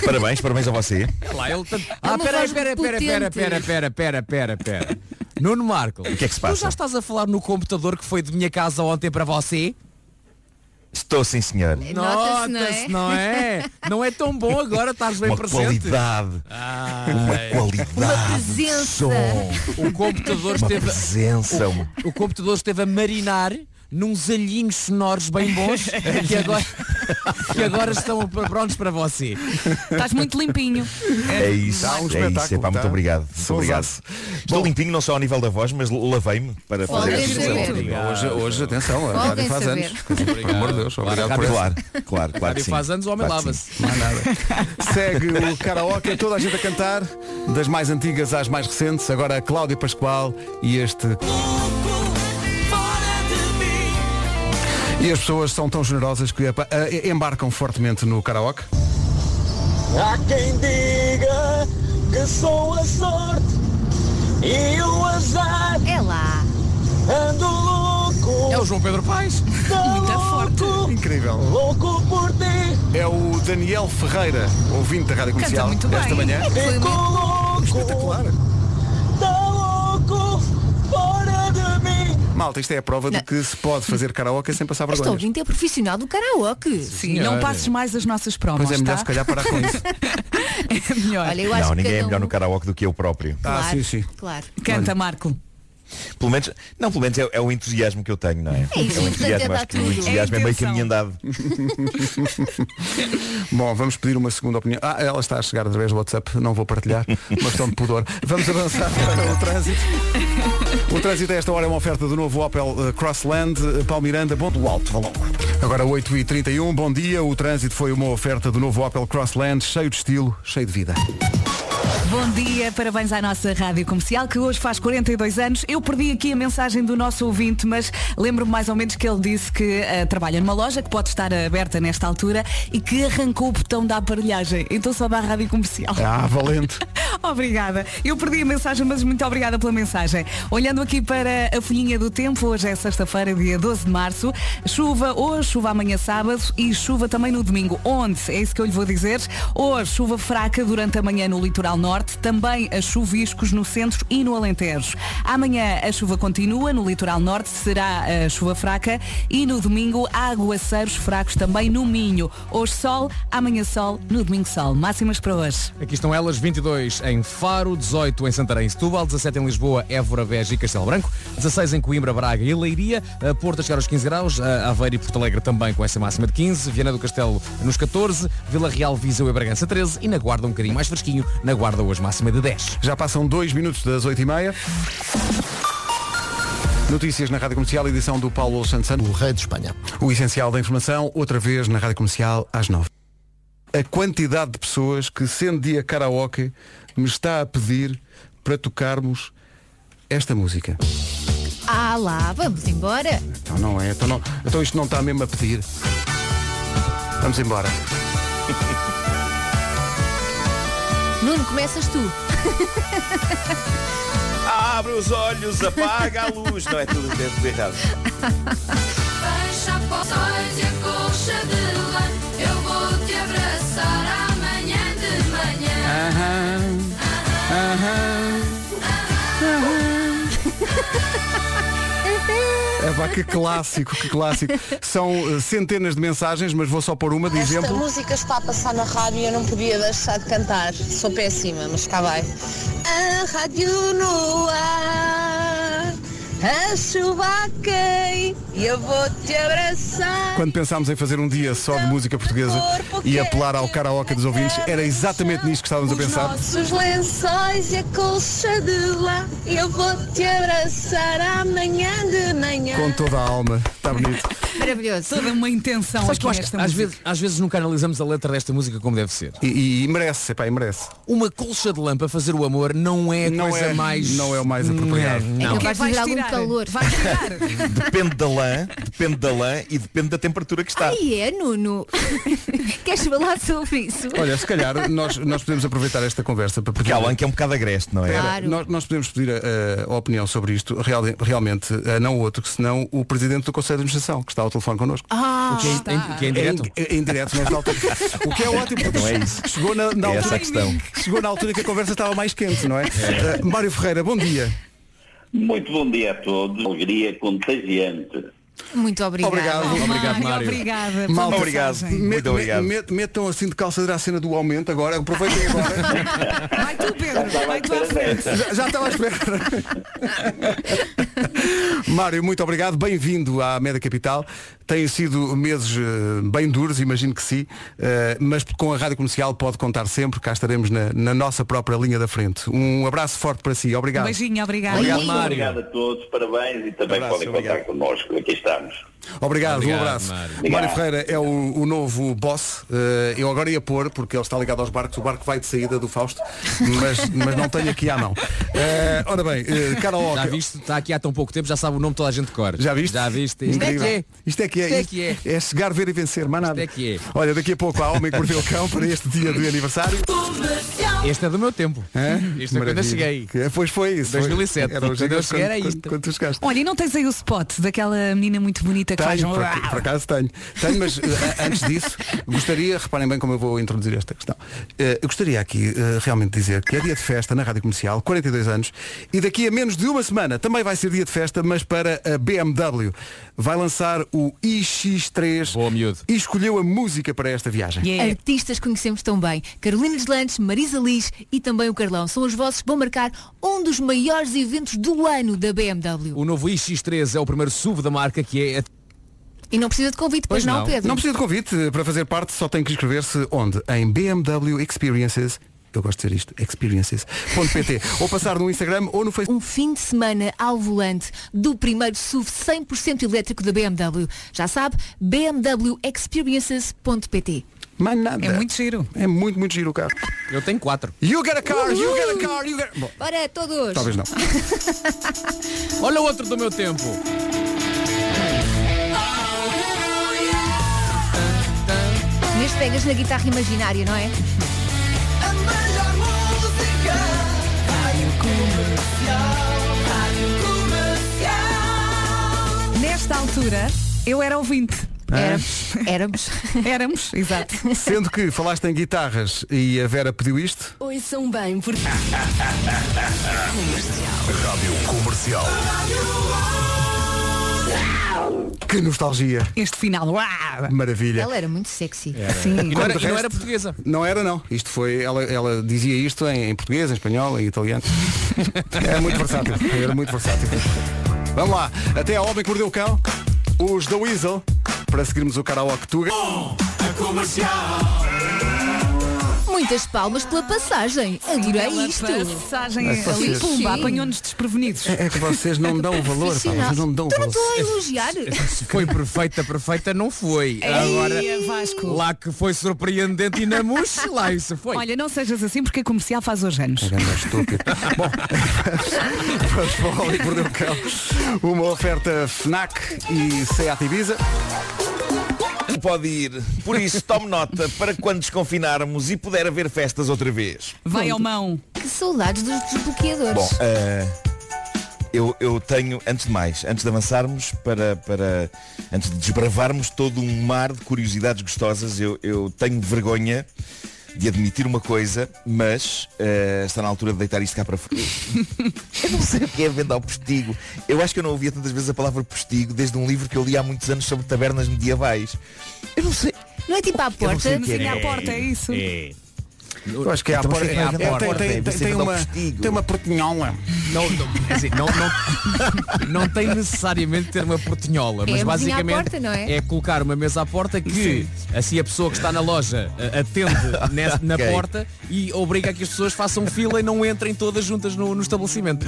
Speaker 11: Parabéns, parabéns a você.
Speaker 13: Olha lá, ele tá...
Speaker 5: uma
Speaker 13: Ah, pera,
Speaker 5: voz
Speaker 13: pera, pera,
Speaker 5: potente.
Speaker 13: pera, pera, pera, pera, pera, pera. Nuno Marco. O
Speaker 11: que é que se
Speaker 13: Tu já
Speaker 11: passa?
Speaker 13: estás a falar no computador que foi de minha casa ontem para você?
Speaker 11: Estou sim, senhor.
Speaker 5: Nota-se, não é?
Speaker 13: Nota-se, não é? Não é tão bom agora, estás bem
Speaker 11: Uma
Speaker 13: presente.
Speaker 11: qualidade. Uma qualidade.
Speaker 5: Uma
Speaker 11: de
Speaker 5: presença.
Speaker 11: som.
Speaker 13: O computador
Speaker 11: Uma
Speaker 13: esteve.
Speaker 11: presença.
Speaker 13: O, o computador esteve a marinar nos alhinhos sonoros bem bons que agora, que agora estão prontos para você.
Speaker 4: Estás muito limpinho.
Speaker 11: É isso,
Speaker 13: Dá um
Speaker 11: é
Speaker 13: espetáculo,
Speaker 11: isso. Epá,
Speaker 13: tá?
Speaker 11: Muito obrigado. muito
Speaker 13: Sousa.
Speaker 11: obrigado. Estou limpinho não só ao nível da voz, mas lavei-me para fazer
Speaker 2: Podem
Speaker 11: esta
Speaker 2: saber.
Speaker 11: edição.
Speaker 2: Hoje- hoje, atenção, a Podem rádio faz saber. anos. Pelo amor de Deus, obrigado
Speaker 11: Claro,
Speaker 2: por isso.
Speaker 11: Claro, claro, claro que
Speaker 2: Rádio
Speaker 11: sim.
Speaker 2: faz anos, o homem
Speaker 11: Claro que sim.
Speaker 2: lava-se. Não há nada. Segue o karaoke, toda a gente a cantar, das mais antigas às mais recentes. Agora a Cláudia Pascoal e este. E as pessoas são tão generosas que epa, eh, embarcam fortemente no karaoke.
Speaker 12: Há quem diga que sou a sorte e o azar.
Speaker 5: É lá.
Speaker 12: Ando louco.
Speaker 13: É o João Pedro Paes.
Speaker 12: Muito forte.
Speaker 2: Incrível.
Speaker 12: Louco por ti.
Speaker 2: É o Daniel Ferreira, ouvinte da Rádio Comercial,
Speaker 12: muito bem.
Speaker 2: esta manhã.
Speaker 12: Fico louco. Espetacular. louco fora de mim.
Speaker 2: Malta, isto é a prova de que se pode fazer karaoke sem passar
Speaker 5: Este
Speaker 2: vergonha.
Speaker 5: ouvinte é profissional do karaoke.
Speaker 4: Sim, não passes mais as nossas promos,
Speaker 2: Pois é, melhor
Speaker 4: tá?
Speaker 2: se calhar parar com isso.
Speaker 4: É melhor. Olha, eu
Speaker 11: Não, ninguém é
Speaker 4: um
Speaker 11: melhor no karaoke do que eu próprio.
Speaker 4: Claro. Claro. Canta, Marco.
Speaker 11: Pelo menos, não, pelo menos é, é o entusiasmo que eu tenho, não é?
Speaker 4: É isso,
Speaker 11: o
Speaker 4: portanto, é
Speaker 11: entusiasmo,
Speaker 4: dar
Speaker 11: acho que o
Speaker 4: tudo.
Speaker 11: entusiasmo é,
Speaker 4: É a
Speaker 11: meio caminho
Speaker 4: intenção.
Speaker 11: andado.
Speaker 2: Bom, vamos pedir uma segunda opinião. Ah, ela está a chegar através do WhatsApp, não vou partilhar, uma questão de pudor. Vamos avançar para o trânsito. O trânsito a esta hora é uma oferta do novo Opel eh, Crossland, eh, Palmiranda, bom do alto, Valongo. Agora 8h31, bom dia. O trânsito foi uma oferta do novo Opel Crossland, cheio de estilo, cheio de vida.
Speaker 4: Bom dia, parabéns à nossa rádio comercial que hoje faz 42 anos. Eu perdi aqui a mensagem do nosso ouvinte, mas lembro-me mais ou menos que ele disse que ah, trabalha numa loja que pode estar aberta nesta altura e que arrancou o botão da aparelhagem. Então só dá a rádio comercial.
Speaker 2: Ah, valente.
Speaker 4: obrigada. Eu perdi a mensagem, mas muito obrigada pela mensagem. Olhando aqui para a folhinha do tempo, hoje é sexta-feira, dia 12 de março. Chuva hoje, chuva amanhã sábado e chuva também no domingo. Onde? É isso que eu lhe vou dizer. Hoje, chuva fraca durante a manhã no litoral norte. norte, também a chuviscos no centro e no Alentejo. Amanhã a chuva continua, no litoral norte será a chuva fraca e no domingo há aguaceiros fracos também no Minho. Hoje sol, amanhã sol, no domingo sol. Máximas para hoje.
Speaker 9: Aqui estão elas, 22 em Faro, 18 em Santarém e Setúbal, 17 em Lisboa, Évora, Beja e Castelo Branco, 16 em Coimbra, Braga e Leiria, eh, Porto a chegar aos 15 graus, eh, Aveiro e Porto Alegre também com essa máxima de 15, Viana do Castelo nos 14, Vila Real, Viseu e Bragança 13 e na Guarda um bocadinho mais fresquinho, na Guarda hoje máxima de 10.
Speaker 2: Já passam dois minutos das 8 e meia. Notícias na Rádio Comercial, edição do Paulo Santos O
Speaker 1: Rei de Espanha.
Speaker 2: O essencial da informação, outra vez na Rádio Comercial, às 9. A quantidade de pessoas que, sendo dia karaoke, me está a pedir para tocarmos esta música.
Speaker 5: Ah lá, vamos embora.
Speaker 2: Então não é, então, não, então isto não está mesmo a pedir. Vamos embora.
Speaker 5: Nuno, começas tu.
Speaker 17: Abre os olhos, apaga a luz. Não é tudo dentro do errado.
Speaker 12: Fecha poções e a colcha de lã Eu vou te abraçar amanhã de manhã
Speaker 2: É pá, que clássico, que clássico. São eh, centenas de mensagens, mas vou só pôr uma de
Speaker 18: Esta
Speaker 2: exemplo.
Speaker 18: música está a passar na rádio e eu não podia deixar de cantar. Sou péssima, mas cá vai. A rádio no ar, a chuva a cai e eu vou te abraçar.
Speaker 2: Quando pensámos em fazer um dia só de música portuguesa e apelar ao karaoke dos ouvintes, era exatamente nisto que estávamos a pensar.
Speaker 18: Nossos lençóis e a colcha de lá e eu vou te abraçar amanhã de manhã.
Speaker 2: Com toda a alma. Está bonito.
Speaker 5: Maravilhoso.
Speaker 4: Toda uma intenção
Speaker 13: Sabes
Speaker 4: aqui
Speaker 13: que eu acho
Speaker 4: nesta
Speaker 13: que às
Speaker 4: música.
Speaker 13: vezes, às vezes nunca analisamos a letra desta música como deve ser.
Speaker 2: E, e, e merece, epá, e merece.
Speaker 13: Uma colcha de lâmpada fazer o amor não é a
Speaker 2: Não
Speaker 13: coisa
Speaker 2: é-
Speaker 13: mais.
Speaker 2: não é o mais apropriado.
Speaker 13: Não, não.
Speaker 5: É capaz de
Speaker 4: Vais
Speaker 5: vir algum
Speaker 4: tirar.
Speaker 5: calor.
Speaker 11: Depende da lã, depende da lã e depende da temperatura que está.
Speaker 5: Ai é, Nuno. Queres falar sobre isso?
Speaker 2: Olha, se calhar nós, nós podemos aproveitar esta conversa para pedir.
Speaker 11: Calma, que é um bocado agreste, não é?
Speaker 2: Espera,
Speaker 5: Claro.
Speaker 2: nós, nós podemos pedir eh, a, a opinião sobre isto real- realmente a não outro que senão o presidente do Conselho de Administração, que está ao telefone connosco.
Speaker 5: Ah,
Speaker 2: O que é- está. em- que é em direto? É em direto nesta altura. O que é ótimo porque
Speaker 11: Não é isso.
Speaker 2: chegou na, na
Speaker 11: É essa
Speaker 2: altura,
Speaker 11: a questão.
Speaker 2: chegou na altura que a conversa estava mais quente, não é?
Speaker 11: É.
Speaker 2: Uh, Mário Ferreira, bom dia.
Speaker 19: Muito bom dia a todos, alegria contagiante.
Speaker 5: Muito obrigada.
Speaker 2: Obrigado, obrigado, Mário.
Speaker 4: Obrigada.
Speaker 2: Malta,
Speaker 11: obrigado.
Speaker 2: met-
Speaker 11: Muito obrigado.
Speaker 2: met- metam assim de calçadeira a cena do aumento agora, aproveitem agora.
Speaker 4: Vai tu, Pedro. Vai tu à frente.
Speaker 2: já, já estava à espera. Mário, muito obrigado, bem-vindo à Média Capital. Têm sido meses eh, bem duros, imagino que sim, eh, mas com a Rádio Comercial pode contar sempre, cá estaremos na, na nossa própria linha da frente. Um abraço forte para si, obrigado.
Speaker 4: Beijinho, obrigada.
Speaker 2: Obrigado, Mário.
Speaker 19: Obrigado a todos, parabéns e também podem contar connosco. Aqui estamos.
Speaker 2: Obrigado, um
Speaker 19: Obrigado,
Speaker 2: abraço.
Speaker 19: Mário.
Speaker 2: Mário, Ferreira é o, o novo boss. Eh, eu agora ia pôr, porque ele está ligado aos barcos, o barco vai de saída do Fausto, mas, mas não tenho aqui à mão. Eh, ora bem, eh, karaoke.
Speaker 13: Já viste? Está aqui há tão pouco tempo, já sabe o nome de toda a gente de cor. Já viste? Já viste? Isto é que
Speaker 2: Incrível.
Speaker 13: é.
Speaker 2: Isto é que é.
Speaker 13: Isto é que é.
Speaker 2: É chegar, ver e vencer, mais nada.
Speaker 13: Isto é que é.
Speaker 2: Olha, daqui a pouco há Homem que Mordeu o Cão para este dia de aniversário.
Speaker 13: Este é do meu tempo. Este é quando eu
Speaker 2: Maravilha.
Speaker 13: cheguei.
Speaker 2: Que- Pois foi isso.
Speaker 13: 2007.
Speaker 2: Era o
Speaker 13: Quando eu
Speaker 2: Gigas
Speaker 13: cheguei era
Speaker 2: quando-
Speaker 13: isto.
Speaker 2: quando tu chegaste.
Speaker 4: Olha, e não tens aí o spot daquela menina muito bonita que faz
Speaker 2: Tenho,
Speaker 4: um...
Speaker 2: por, ac- por acaso tenho. Tenho, mas eh, a- antes disso, gostaria, reparem bem como eu vou introduzir esta questão. Eh, eu gostaria aqui eh, realmente dizer que é dia de festa na Rádio Comercial, 42 anos, e daqui a menos de uma semana também vai ser dia de festa, mas para a BMW. Vai lançar o iX3 Boa, miúdo. e escolheu a música é para esta viagem.
Speaker 5: Artistas que conhecemos tão bem. Carolina Deslantes, Marisa Liz e também o Carlão. São os vossos que vão marcar um dos maiores eventos do ano da BMW.
Speaker 13: O novo iX3 é o primeiro SUV da marca que é.
Speaker 5: E não precisa de convite, pois, não, Pedro?
Speaker 2: Não precisa de convite eh, para fazer parte, só tem que inscrever-se onde? Em BMW Experiences. Eu gosto de dizer isto, experiences.pt ou passar no Instagram ou no Facebook.
Speaker 5: Um fim de semana ao volante do primeiro SUV 100% elétrico da BMW. Já sabe, bmwexperiences.pt
Speaker 2: Mais nada.
Speaker 5: É muito
Speaker 4: giro.
Speaker 2: É muito, muito giro o carro.
Speaker 13: Eu tenho quatro.
Speaker 2: You get a car, you get a car, you get... Bom,
Speaker 5: Para todos!
Speaker 2: talvez não.
Speaker 13: Olha o outro do meu tempo.
Speaker 5: Neste pegas na guitarra imaginária, não é?
Speaker 4: Nesta altura, eu era ouvinte.
Speaker 2: É?
Speaker 5: Éramos, éramos.
Speaker 4: éramos, exato.
Speaker 2: Sendo que falaste em guitarras e a Vera pediu isto.
Speaker 20: Oi, são bem, porque.
Speaker 2: Rádio Comercial. Que nostalgia.
Speaker 4: Este final, uau!
Speaker 2: Maravilha.
Speaker 5: Ela era muito sexy.
Speaker 2: E não era- e não era portuguesa. Não era, não. Isto foi, ela, ela dizia isto em, em português, em espanhol, em italiano. Era muito versátil. Era muito versátil. Vamos lá. Até a Homem que Mordeu o Cão, os da Weasel, para seguirmos o karaoke Tuga.
Speaker 5: Muitas palmas pela passagem. Adorei
Speaker 4: Bela
Speaker 5: isto. um
Speaker 4: passagem
Speaker 2: Mas
Speaker 4: ali,
Speaker 2: vocês-
Speaker 4: pumba,
Speaker 2: Sim.
Speaker 4: apanhou-nos desprevenidos.
Speaker 2: É que vocês não dão o valor, pá. Vocês não dão o valor.
Speaker 5: Estou a elogiar.
Speaker 9: Se foi perfeita, perfeita não foi.
Speaker 5: É
Speaker 9: é, Agora,
Speaker 4: Vasco.
Speaker 9: lá que foi surpreendente e na mousse, lá isso foi.
Speaker 4: Olha, não sejas assim porque a comercial faz hoje
Speaker 3: É,
Speaker 4: anos.
Speaker 2: Vamos para o Homem que Mordeu o Cão. Uma oferta FNAC e SEAT Ibiza.
Speaker 11: Pode ir. Por isso, tome nota para quando desconfinarmos e puder haver festas outra vez.
Speaker 4: Vai ao mão.
Speaker 5: Que saudades dos desbloqueadores.
Speaker 11: Bom,
Speaker 2: é.
Speaker 11: eh, eu, eu tenho, antes de mais, antes de avançarmos para, para antes de desbravarmos todo um mar de curiosidades gostosas, eu, eu tenho vergonha de admitir uma coisa, mas eh, está na altura de deitar isto cá para fora. Eu não sei o que é venda ao postigo. Eu acho que eu não ouvia tantas vezes a palavra postigo desde um livro que eu li há muitos anos sobre tabernas medievais. Eu não sei.
Speaker 5: Não é tipo à
Speaker 11: Eu não sei
Speaker 5: porta?
Speaker 11: o que
Speaker 4: assim
Speaker 5: Sim,
Speaker 11: É.
Speaker 2: Eu acho que é à
Speaker 11: Então,
Speaker 2: porta.
Speaker 11: sei que é à
Speaker 2: É, tem-
Speaker 11: porta,
Speaker 2: tem-
Speaker 11: é,
Speaker 2: tem-
Speaker 11: você
Speaker 2: tem
Speaker 11: vende ao
Speaker 2: uma-
Speaker 11: postigo.
Speaker 2: tem uma portinhola.
Speaker 9: Não, não, é assim, não, não, não tem necessariamente ter uma portinhola,
Speaker 5: É
Speaker 9: mas
Speaker 5: a vizinha à
Speaker 9: basicamente
Speaker 5: porta, não é?
Speaker 9: colocar uma mesa à porta que assim a pessoa que está na loja a- atende nessa- na
Speaker 11: Ok.
Speaker 9: porta e obriga a que as pessoas façam fila e não entrem todas juntas no, no estabelecimento.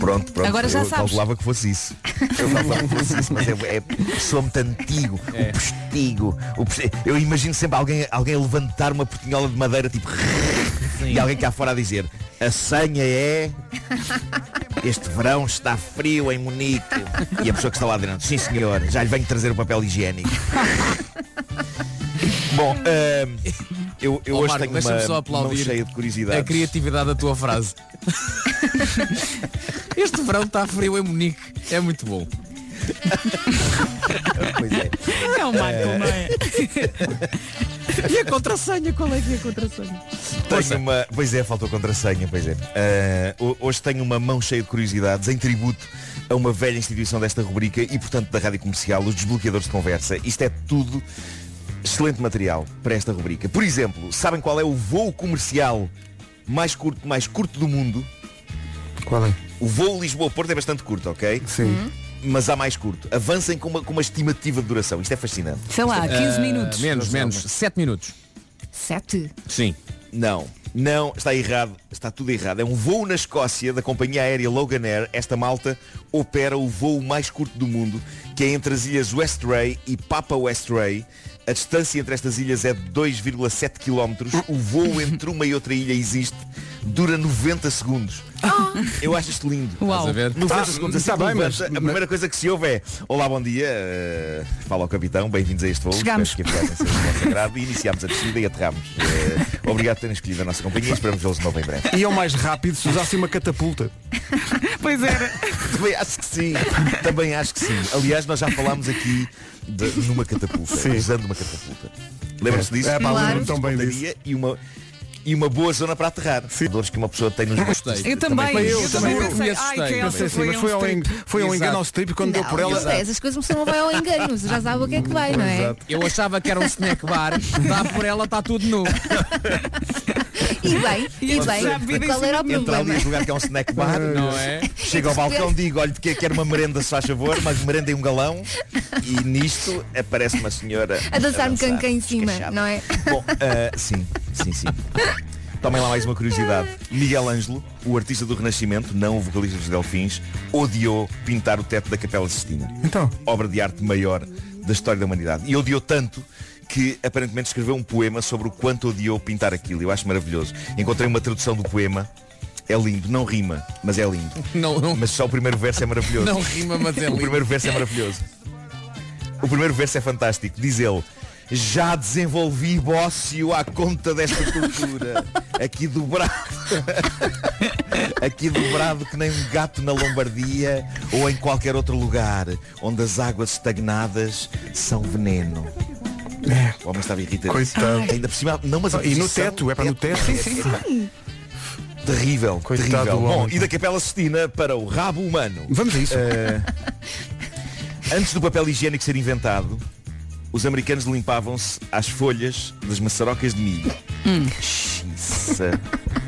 Speaker 11: Pronto, pronto.
Speaker 9: Agora já
Speaker 11: eu
Speaker 9: sabes.
Speaker 11: calculava que fosse isso. Eu calculava que fosse isso, mas é, é sou muito antigo. O postigo. o posti- Eu imagino sempre alguém, alguém a levantar uma portinhola de madeira tipo. E alguém cá fora a dizer, a senha é. Este verão está frio em Munique. E a pessoa que está lá dentro, sim senhor, já lhe venho trazer o papel higiênico. Bom, ahm, eu, eu
Speaker 9: Ó,
Speaker 11: hoje
Speaker 9: Marco,
Speaker 11: tenho
Speaker 9: deixa-me só
Speaker 11: uma mão
Speaker 9: aplaudir É
Speaker 11: cheia de
Speaker 9: a
Speaker 11: curiosidades.
Speaker 9: criatividade da tua frase. este verão está frio em Munique. É muito bom.
Speaker 11: Pois é.
Speaker 4: É o Marco,
Speaker 11: Eh,
Speaker 4: não é? e a contrassenha? Qual é que é a contrassenha?
Speaker 11: Tenho uma... Pois é, faltou contrassenha, pois é. Ah, ho- hoje tenho uma mão cheia de curiosidades em tributo a uma velha instituição desta rubrica e, portanto, da rádio comercial, os desbloqueadores de conversa. Isto é tudo excelente material para esta rubrica. Por exemplo, sabem qual é o voo comercial mais curto, mais curto do mundo?
Speaker 2: Qual é?
Speaker 11: O voo Lisboa-Porto é bastante curto, ok?
Speaker 2: Sim.
Speaker 11: Mas há mais curto. Avancem com uma, com uma estimativa de duração. Isto é fascinante.
Speaker 4: Sei lá, 15 minutos.
Speaker 9: Menos, menos. 7 minutos.
Speaker 5: Sete.
Speaker 11: Sim. Não, não, está errado, está tudo errado. É um voo na Escócia da companhia aérea Logan Air. Esta malta opera o voo mais curto do mundo, que é entre as ilhas Westray e Papa Westray. A distância entre estas ilhas é de 2,7
Speaker 9: Ah.
Speaker 11: km. O voo entre uma e outra ilha existe, dura 90 segundos.
Speaker 9: Ah.
Speaker 11: Eu acho isto lindo.
Speaker 4: Uau. Estás a ver?
Speaker 11: 90
Speaker 2: Tá,
Speaker 11: segundos. Assim
Speaker 2: tá
Speaker 11: que
Speaker 2: bem,
Speaker 11: levanta,
Speaker 2: mas-
Speaker 11: a primeira coisa que se ouve é Olá, bom dia. eh, fala ao capitão, bem-vindos a este voo.
Speaker 4: Chegamos.
Speaker 11: Espero que a viagem seja bom sagrado. E iniciámos a descida e aterramos. Eh, obrigado por terem escolhido a nossa companhia e esperamos vê-los de novo em breve.
Speaker 2: Iam mais rápido se usassem uma catapulta.
Speaker 4: Pois era.
Speaker 11: Também acho que sim. Também acho que sim. Aliás, nós já falámos aqui de, numa catapulta,
Speaker 2: Sim.
Speaker 11: usando uma catapulta. Lembra-se
Speaker 2: É,
Speaker 11: disso?
Speaker 2: é pá, lembro-me tão bem disso.
Speaker 11: Espontaria E uma, e uma boa zona para aterrar. Dores que uma pessoa tem nos gostos.
Speaker 4: Eu também,
Speaker 2: Mas
Speaker 4: eu também pensei,
Speaker 2: me
Speaker 4: ai,
Speaker 2: assustei.
Speaker 4: que Elsa
Speaker 2: Pensei assim,
Speaker 4: foi
Speaker 2: mas
Speaker 4: um
Speaker 2: foi ao, en-
Speaker 4: strip.
Speaker 2: foi ao engano
Speaker 9: Exato.
Speaker 2: ao strip quando deu por
Speaker 5: Não,
Speaker 2: ela.
Speaker 5: isso é, essas coisas você não vai ao engano, já sabe o que é que vai, não é?
Speaker 9: Eu achava que era um snack bar, dá por ela, está tudo nu.
Speaker 5: E bem, e bem, qual era o
Speaker 11: Entra ali
Speaker 5: problema?
Speaker 11: a jogar que é um snack bar,
Speaker 9: Não é?
Speaker 11: Chego ao balcão, digo, olha, de que é que quero uma merenda, se faz favor, mas merenda em um galão. E nisto aparece uma senhora
Speaker 5: A dançar-me canca em cima,
Speaker 11: escachada.
Speaker 5: não é?
Speaker 11: Bom, ah, sim, sim, sim. Tomem lá mais uma curiosidade. Miguel Ângelo, o artista do Renascimento, não o vocalista dos Delfins, odiou pintar o teto da Capela Sistina. Então? Obra de arte maior da história da humanidade. E odiou tanto que aparentemente escreveu um poema sobre o quanto odiou pintar aquilo. Eu acho maravilhoso. Encontrei uma tradução do poema. É lindo, não rima, mas é lindo.
Speaker 9: Não, não.
Speaker 11: Mas só o primeiro verso é maravilhoso.
Speaker 9: Não rima, mas é
Speaker 11: O
Speaker 9: lindo.
Speaker 11: primeiro verso é maravilhoso. O primeiro verso é fantástico. Diz ele, Já desenvolvi bócio à conta desta cultura. Aqui dobrado. Aqui dobrado que nem um gato na Lombardia ou em qualquer outro lugar onde as águas estagnadas são veneno. O homem estava irritado.
Speaker 2: Coitado.
Speaker 11: Ainda por cima, não, mas a
Speaker 2: E no
Speaker 11: posição
Speaker 2: teto, é para no teto.
Speaker 11: é- Terrível, terrível.
Speaker 2: do
Speaker 11: Bom,
Speaker 2: homem.
Speaker 11: e da Capela Sistina para o rabo humano.
Speaker 2: Vamos a isso.
Speaker 11: Eh, antes do papel higiênico ser inventado, os americanos limpavam-se às folhas das maçarocas de milho.
Speaker 5: Hum.
Speaker 11: Isso.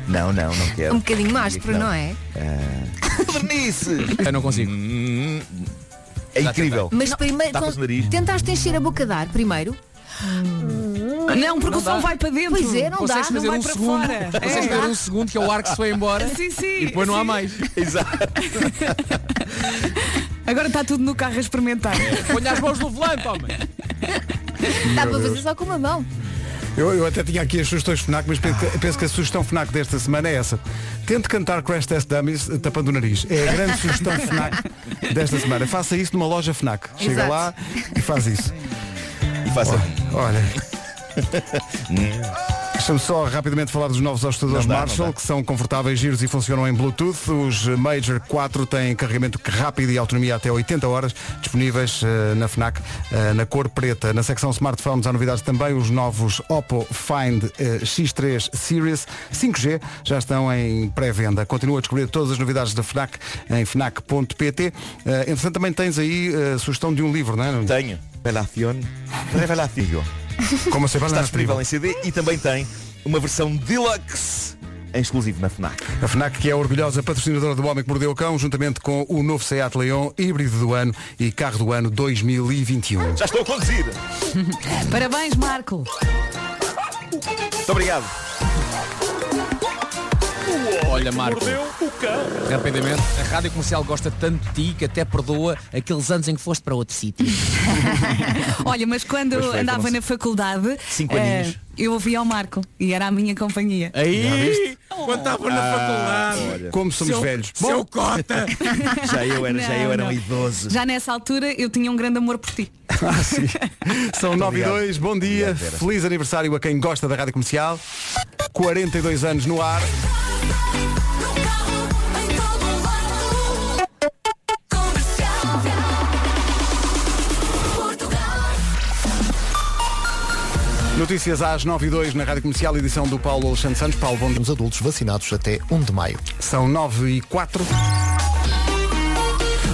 Speaker 11: Não, não, não quero.
Speaker 5: Um bocadinho mais, não. não é?
Speaker 11: Ah. Bernice!
Speaker 9: Eu não consigo.
Speaker 11: É incrível.
Speaker 5: Mas primeiro
Speaker 11: Tapas o nariz.
Speaker 5: tentaste encher a boca de ar primeiro?
Speaker 4: Não, porque o som vai para dentro.
Speaker 5: Pois é, não
Speaker 4: Consegues
Speaker 5: dá.
Speaker 4: fazer
Speaker 5: não
Speaker 4: um
Speaker 5: vai
Speaker 4: segundo.
Speaker 5: para fora.
Speaker 4: Consegues fazer um
Speaker 9: segundo que é o ar que se foi embora.
Speaker 4: Sim, sim.
Speaker 9: E depois não há mais.
Speaker 11: Exato.
Speaker 4: Agora está tudo no carro a experimentar.
Speaker 9: Põe as mãos no volante, homem.
Speaker 5: Dá
Speaker 2: Meu
Speaker 5: para fazer
Speaker 2: Deus.
Speaker 5: só com uma mão.
Speaker 2: Eu, eu até tinha aqui as sugestões FNAC, mas penso que, penso que a sugestão FNAC desta semana é essa. Tente cantar Crash Test Dummies eh, tapando o nariz. É a grande sugestão FNAC desta semana. Faça isso numa loja FNAC. Chega
Speaker 11: Exato.
Speaker 2: lá e faz isso.
Speaker 11: E faça.
Speaker 2: Olha. Deixa-me só rapidamente falar dos novos ajustadores
Speaker 11: Não dá, não
Speaker 2: Marshall,
Speaker 11: dá.
Speaker 2: que são confortáveis, giros e funcionam em Bluetooth. Os Major 4 têm carregamento rápido e autonomia até 80 horas, disponíveis eh, na FNAC, eh, na cor preta. Na secção smartphones há novidades também. Os novos Oppo Find eh, X3 Series 5G já estão em pré-venda. Continua a descobrir todas as novidades da FNAC em fnac.pt. Eh, entretanto, também tens aí eh, sugestão de um livro, não é?
Speaker 11: Tenho. Revelación. Revelación.
Speaker 2: Como se
Speaker 11: Está disponível em CD e também tem uma versão deluxe em exclusivo na FNAC.
Speaker 2: A FNAC, que é a orgulhosa patrocinadora do Homem que Mordeu o Cão, juntamente com o novo Seat Leon, híbrido do ano e carro do ano 2021.
Speaker 11: Já estou a conduzir.
Speaker 4: Parabéns, Marco.
Speaker 11: Muito obrigado.
Speaker 9: Olha, Marco. Rapidamente, a rádio comercial gosta tanto de ti que até perdoa aqueles anos em que foste para outro sítio.
Speaker 4: Olha, mas quando
Speaker 9: Pois foi,
Speaker 4: andava
Speaker 9: como se-
Speaker 4: na faculdade,
Speaker 9: Cinco
Speaker 4: eh,
Speaker 9: aninhos. É
Speaker 4: eu ouvia o Marco e era a minha companhia.
Speaker 2: Aí,
Speaker 9: quando estava
Speaker 2: na faculdade. Como somos
Speaker 4: Ah, Seu-
Speaker 2: velhos.
Speaker 4: seu
Speaker 9: cota.
Speaker 11: já eu era, já
Speaker 4: Não,
Speaker 11: eu era um
Speaker 4: não.
Speaker 11: idoso.
Speaker 4: Já nessa altura eu tinha um grande amor por ti.
Speaker 2: São 9 e 2, bom dia,
Speaker 11: Obrigado, Vera.
Speaker 2: feliz aniversário a quem gosta da rádio comercial. 42 anos no ar. Notícias às 9 e 2 na Rádio Comercial, edição do Paulo Alexandre Santos. Paulo, bom
Speaker 1: Os adultos vacinados até 1 de maio.
Speaker 2: São 9 e 4.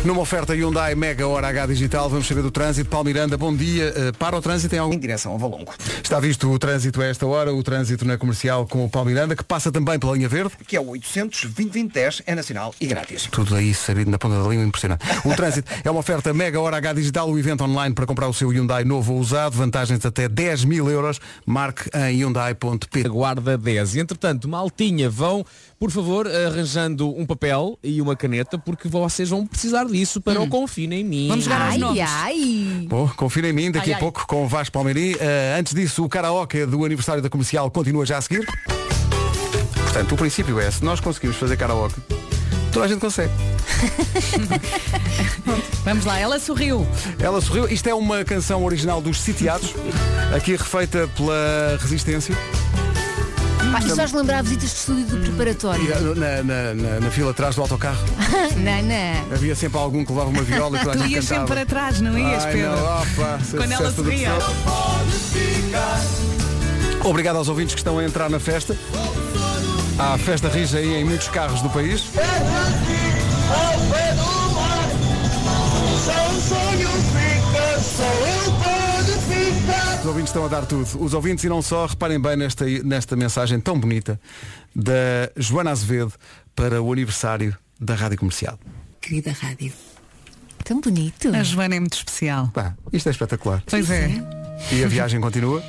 Speaker 2: Numa oferta Hyundai Mega Hora H Digital, vamos saber do trânsito. Paulo Miranda, bom dia. Eh, para o trânsito em algum... Em
Speaker 3: direção ao Valongo.
Speaker 2: Está visto o trânsito a esta hora, o trânsito na comercial com o Paulo Miranda, que passa também pela linha verde.
Speaker 3: que é o 800 2010 é nacional e grátis.
Speaker 2: Tudo aí sabido na ponta da língua, impressionante. O trânsito é uma oferta Mega Hora H Digital, o evento online para comprar o seu Hyundai novo ou usado, vantagens de até 10 mil euros. Marque em Hyundai.pt.
Speaker 9: Guarda 10. E, entretanto, maltinha, vão, por favor, arranjando um papel e uma caneta, porque vocês vão precisar disso para
Speaker 11: Hum.
Speaker 9: o Confina em mim.
Speaker 5: ai, ai.
Speaker 2: Bom, confira em mim daqui
Speaker 5: Ai,
Speaker 2: a
Speaker 5: ai.
Speaker 2: pouco com o Vasco Palmeirim. Eh, antes disso, o karaoke do aniversário da comercial continua já a seguir. Portanto, o princípio é, se nós conseguimos fazer karaoke, toda a gente consegue.
Speaker 4: Vamos lá, ela sorriu.
Speaker 2: Ela sorriu. Isto é uma canção original dos Sitiados, aqui refeita pela Resistência.
Speaker 5: Pá, isto faz lembrar visitas de estúdio do preparatório.
Speaker 2: E, eh, na, na- na- na fila atrás do autocarro
Speaker 5: não, não.
Speaker 2: havia sempre algum que levava uma viola e toda a
Speaker 4: Tá, tu
Speaker 2: gente
Speaker 4: ias
Speaker 2: cantava.
Speaker 4: sempre atrás, não ias,
Speaker 2: Ai,
Speaker 4: Pedro?
Speaker 2: não, opa,
Speaker 4: Quando ela
Speaker 2: sucesso do
Speaker 4: sorria.
Speaker 2: pessoal. Obrigado aos ouvintes que estão a entrar na festa. Há festa rija aí em muitos carros do país. Os ouvintes estão a dar tudo. Os ouvintes e não só, reparem bem nesta, nesta mensagem tão bonita da Joana Azevedo para o aniversário da Rádio Comercial.
Speaker 4: Querida rádio.
Speaker 5: Tão bonito.
Speaker 4: A Joana é muito especial.
Speaker 2: Pá, isto é espetacular.
Speaker 4: Pois é.
Speaker 2: E a viagem continua.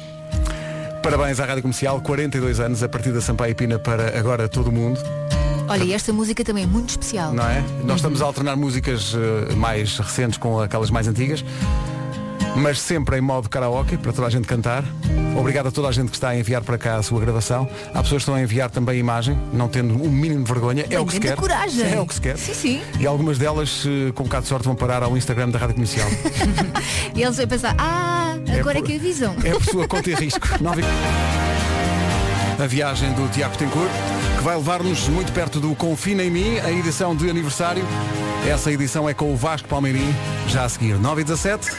Speaker 2: Parabéns à Rádio Comercial, 42 anos a partir da Sampaio Pina para agora todo o mundo,
Speaker 5: Olha, e esta música também é muito especial.
Speaker 2: não é? Nós estamos a alternar músicas eh, mais recentes com aquelas mais antigas. mas sempre em modo karaoke, para toda a gente cantar. Obrigado a toda a gente que está a enviar para cá a sua gravação. Há pessoas que estão a enviar também imagem, não tendo o mínimo de vergonha. é o que se
Speaker 5: Tem
Speaker 2: quer.
Speaker 5: grande coragem.
Speaker 2: É o que se quer.
Speaker 5: Sim, sim.
Speaker 2: E algumas delas, eh, com um bocado de sorte, vão parar ao Instagram da Rádio Comercial.
Speaker 5: E eles a pensar, ah,
Speaker 2: É
Speaker 5: agora é
Speaker 2: por-
Speaker 5: que avisam.
Speaker 2: É por sua conta e risco. Nove e- A viagem do Tiago Tencourt, que vai levar-nos muito perto do Confina em Mim, a edição de aniversário. Essa edição é com o Vasco Palmeirim, já a seguir. 9 e 17.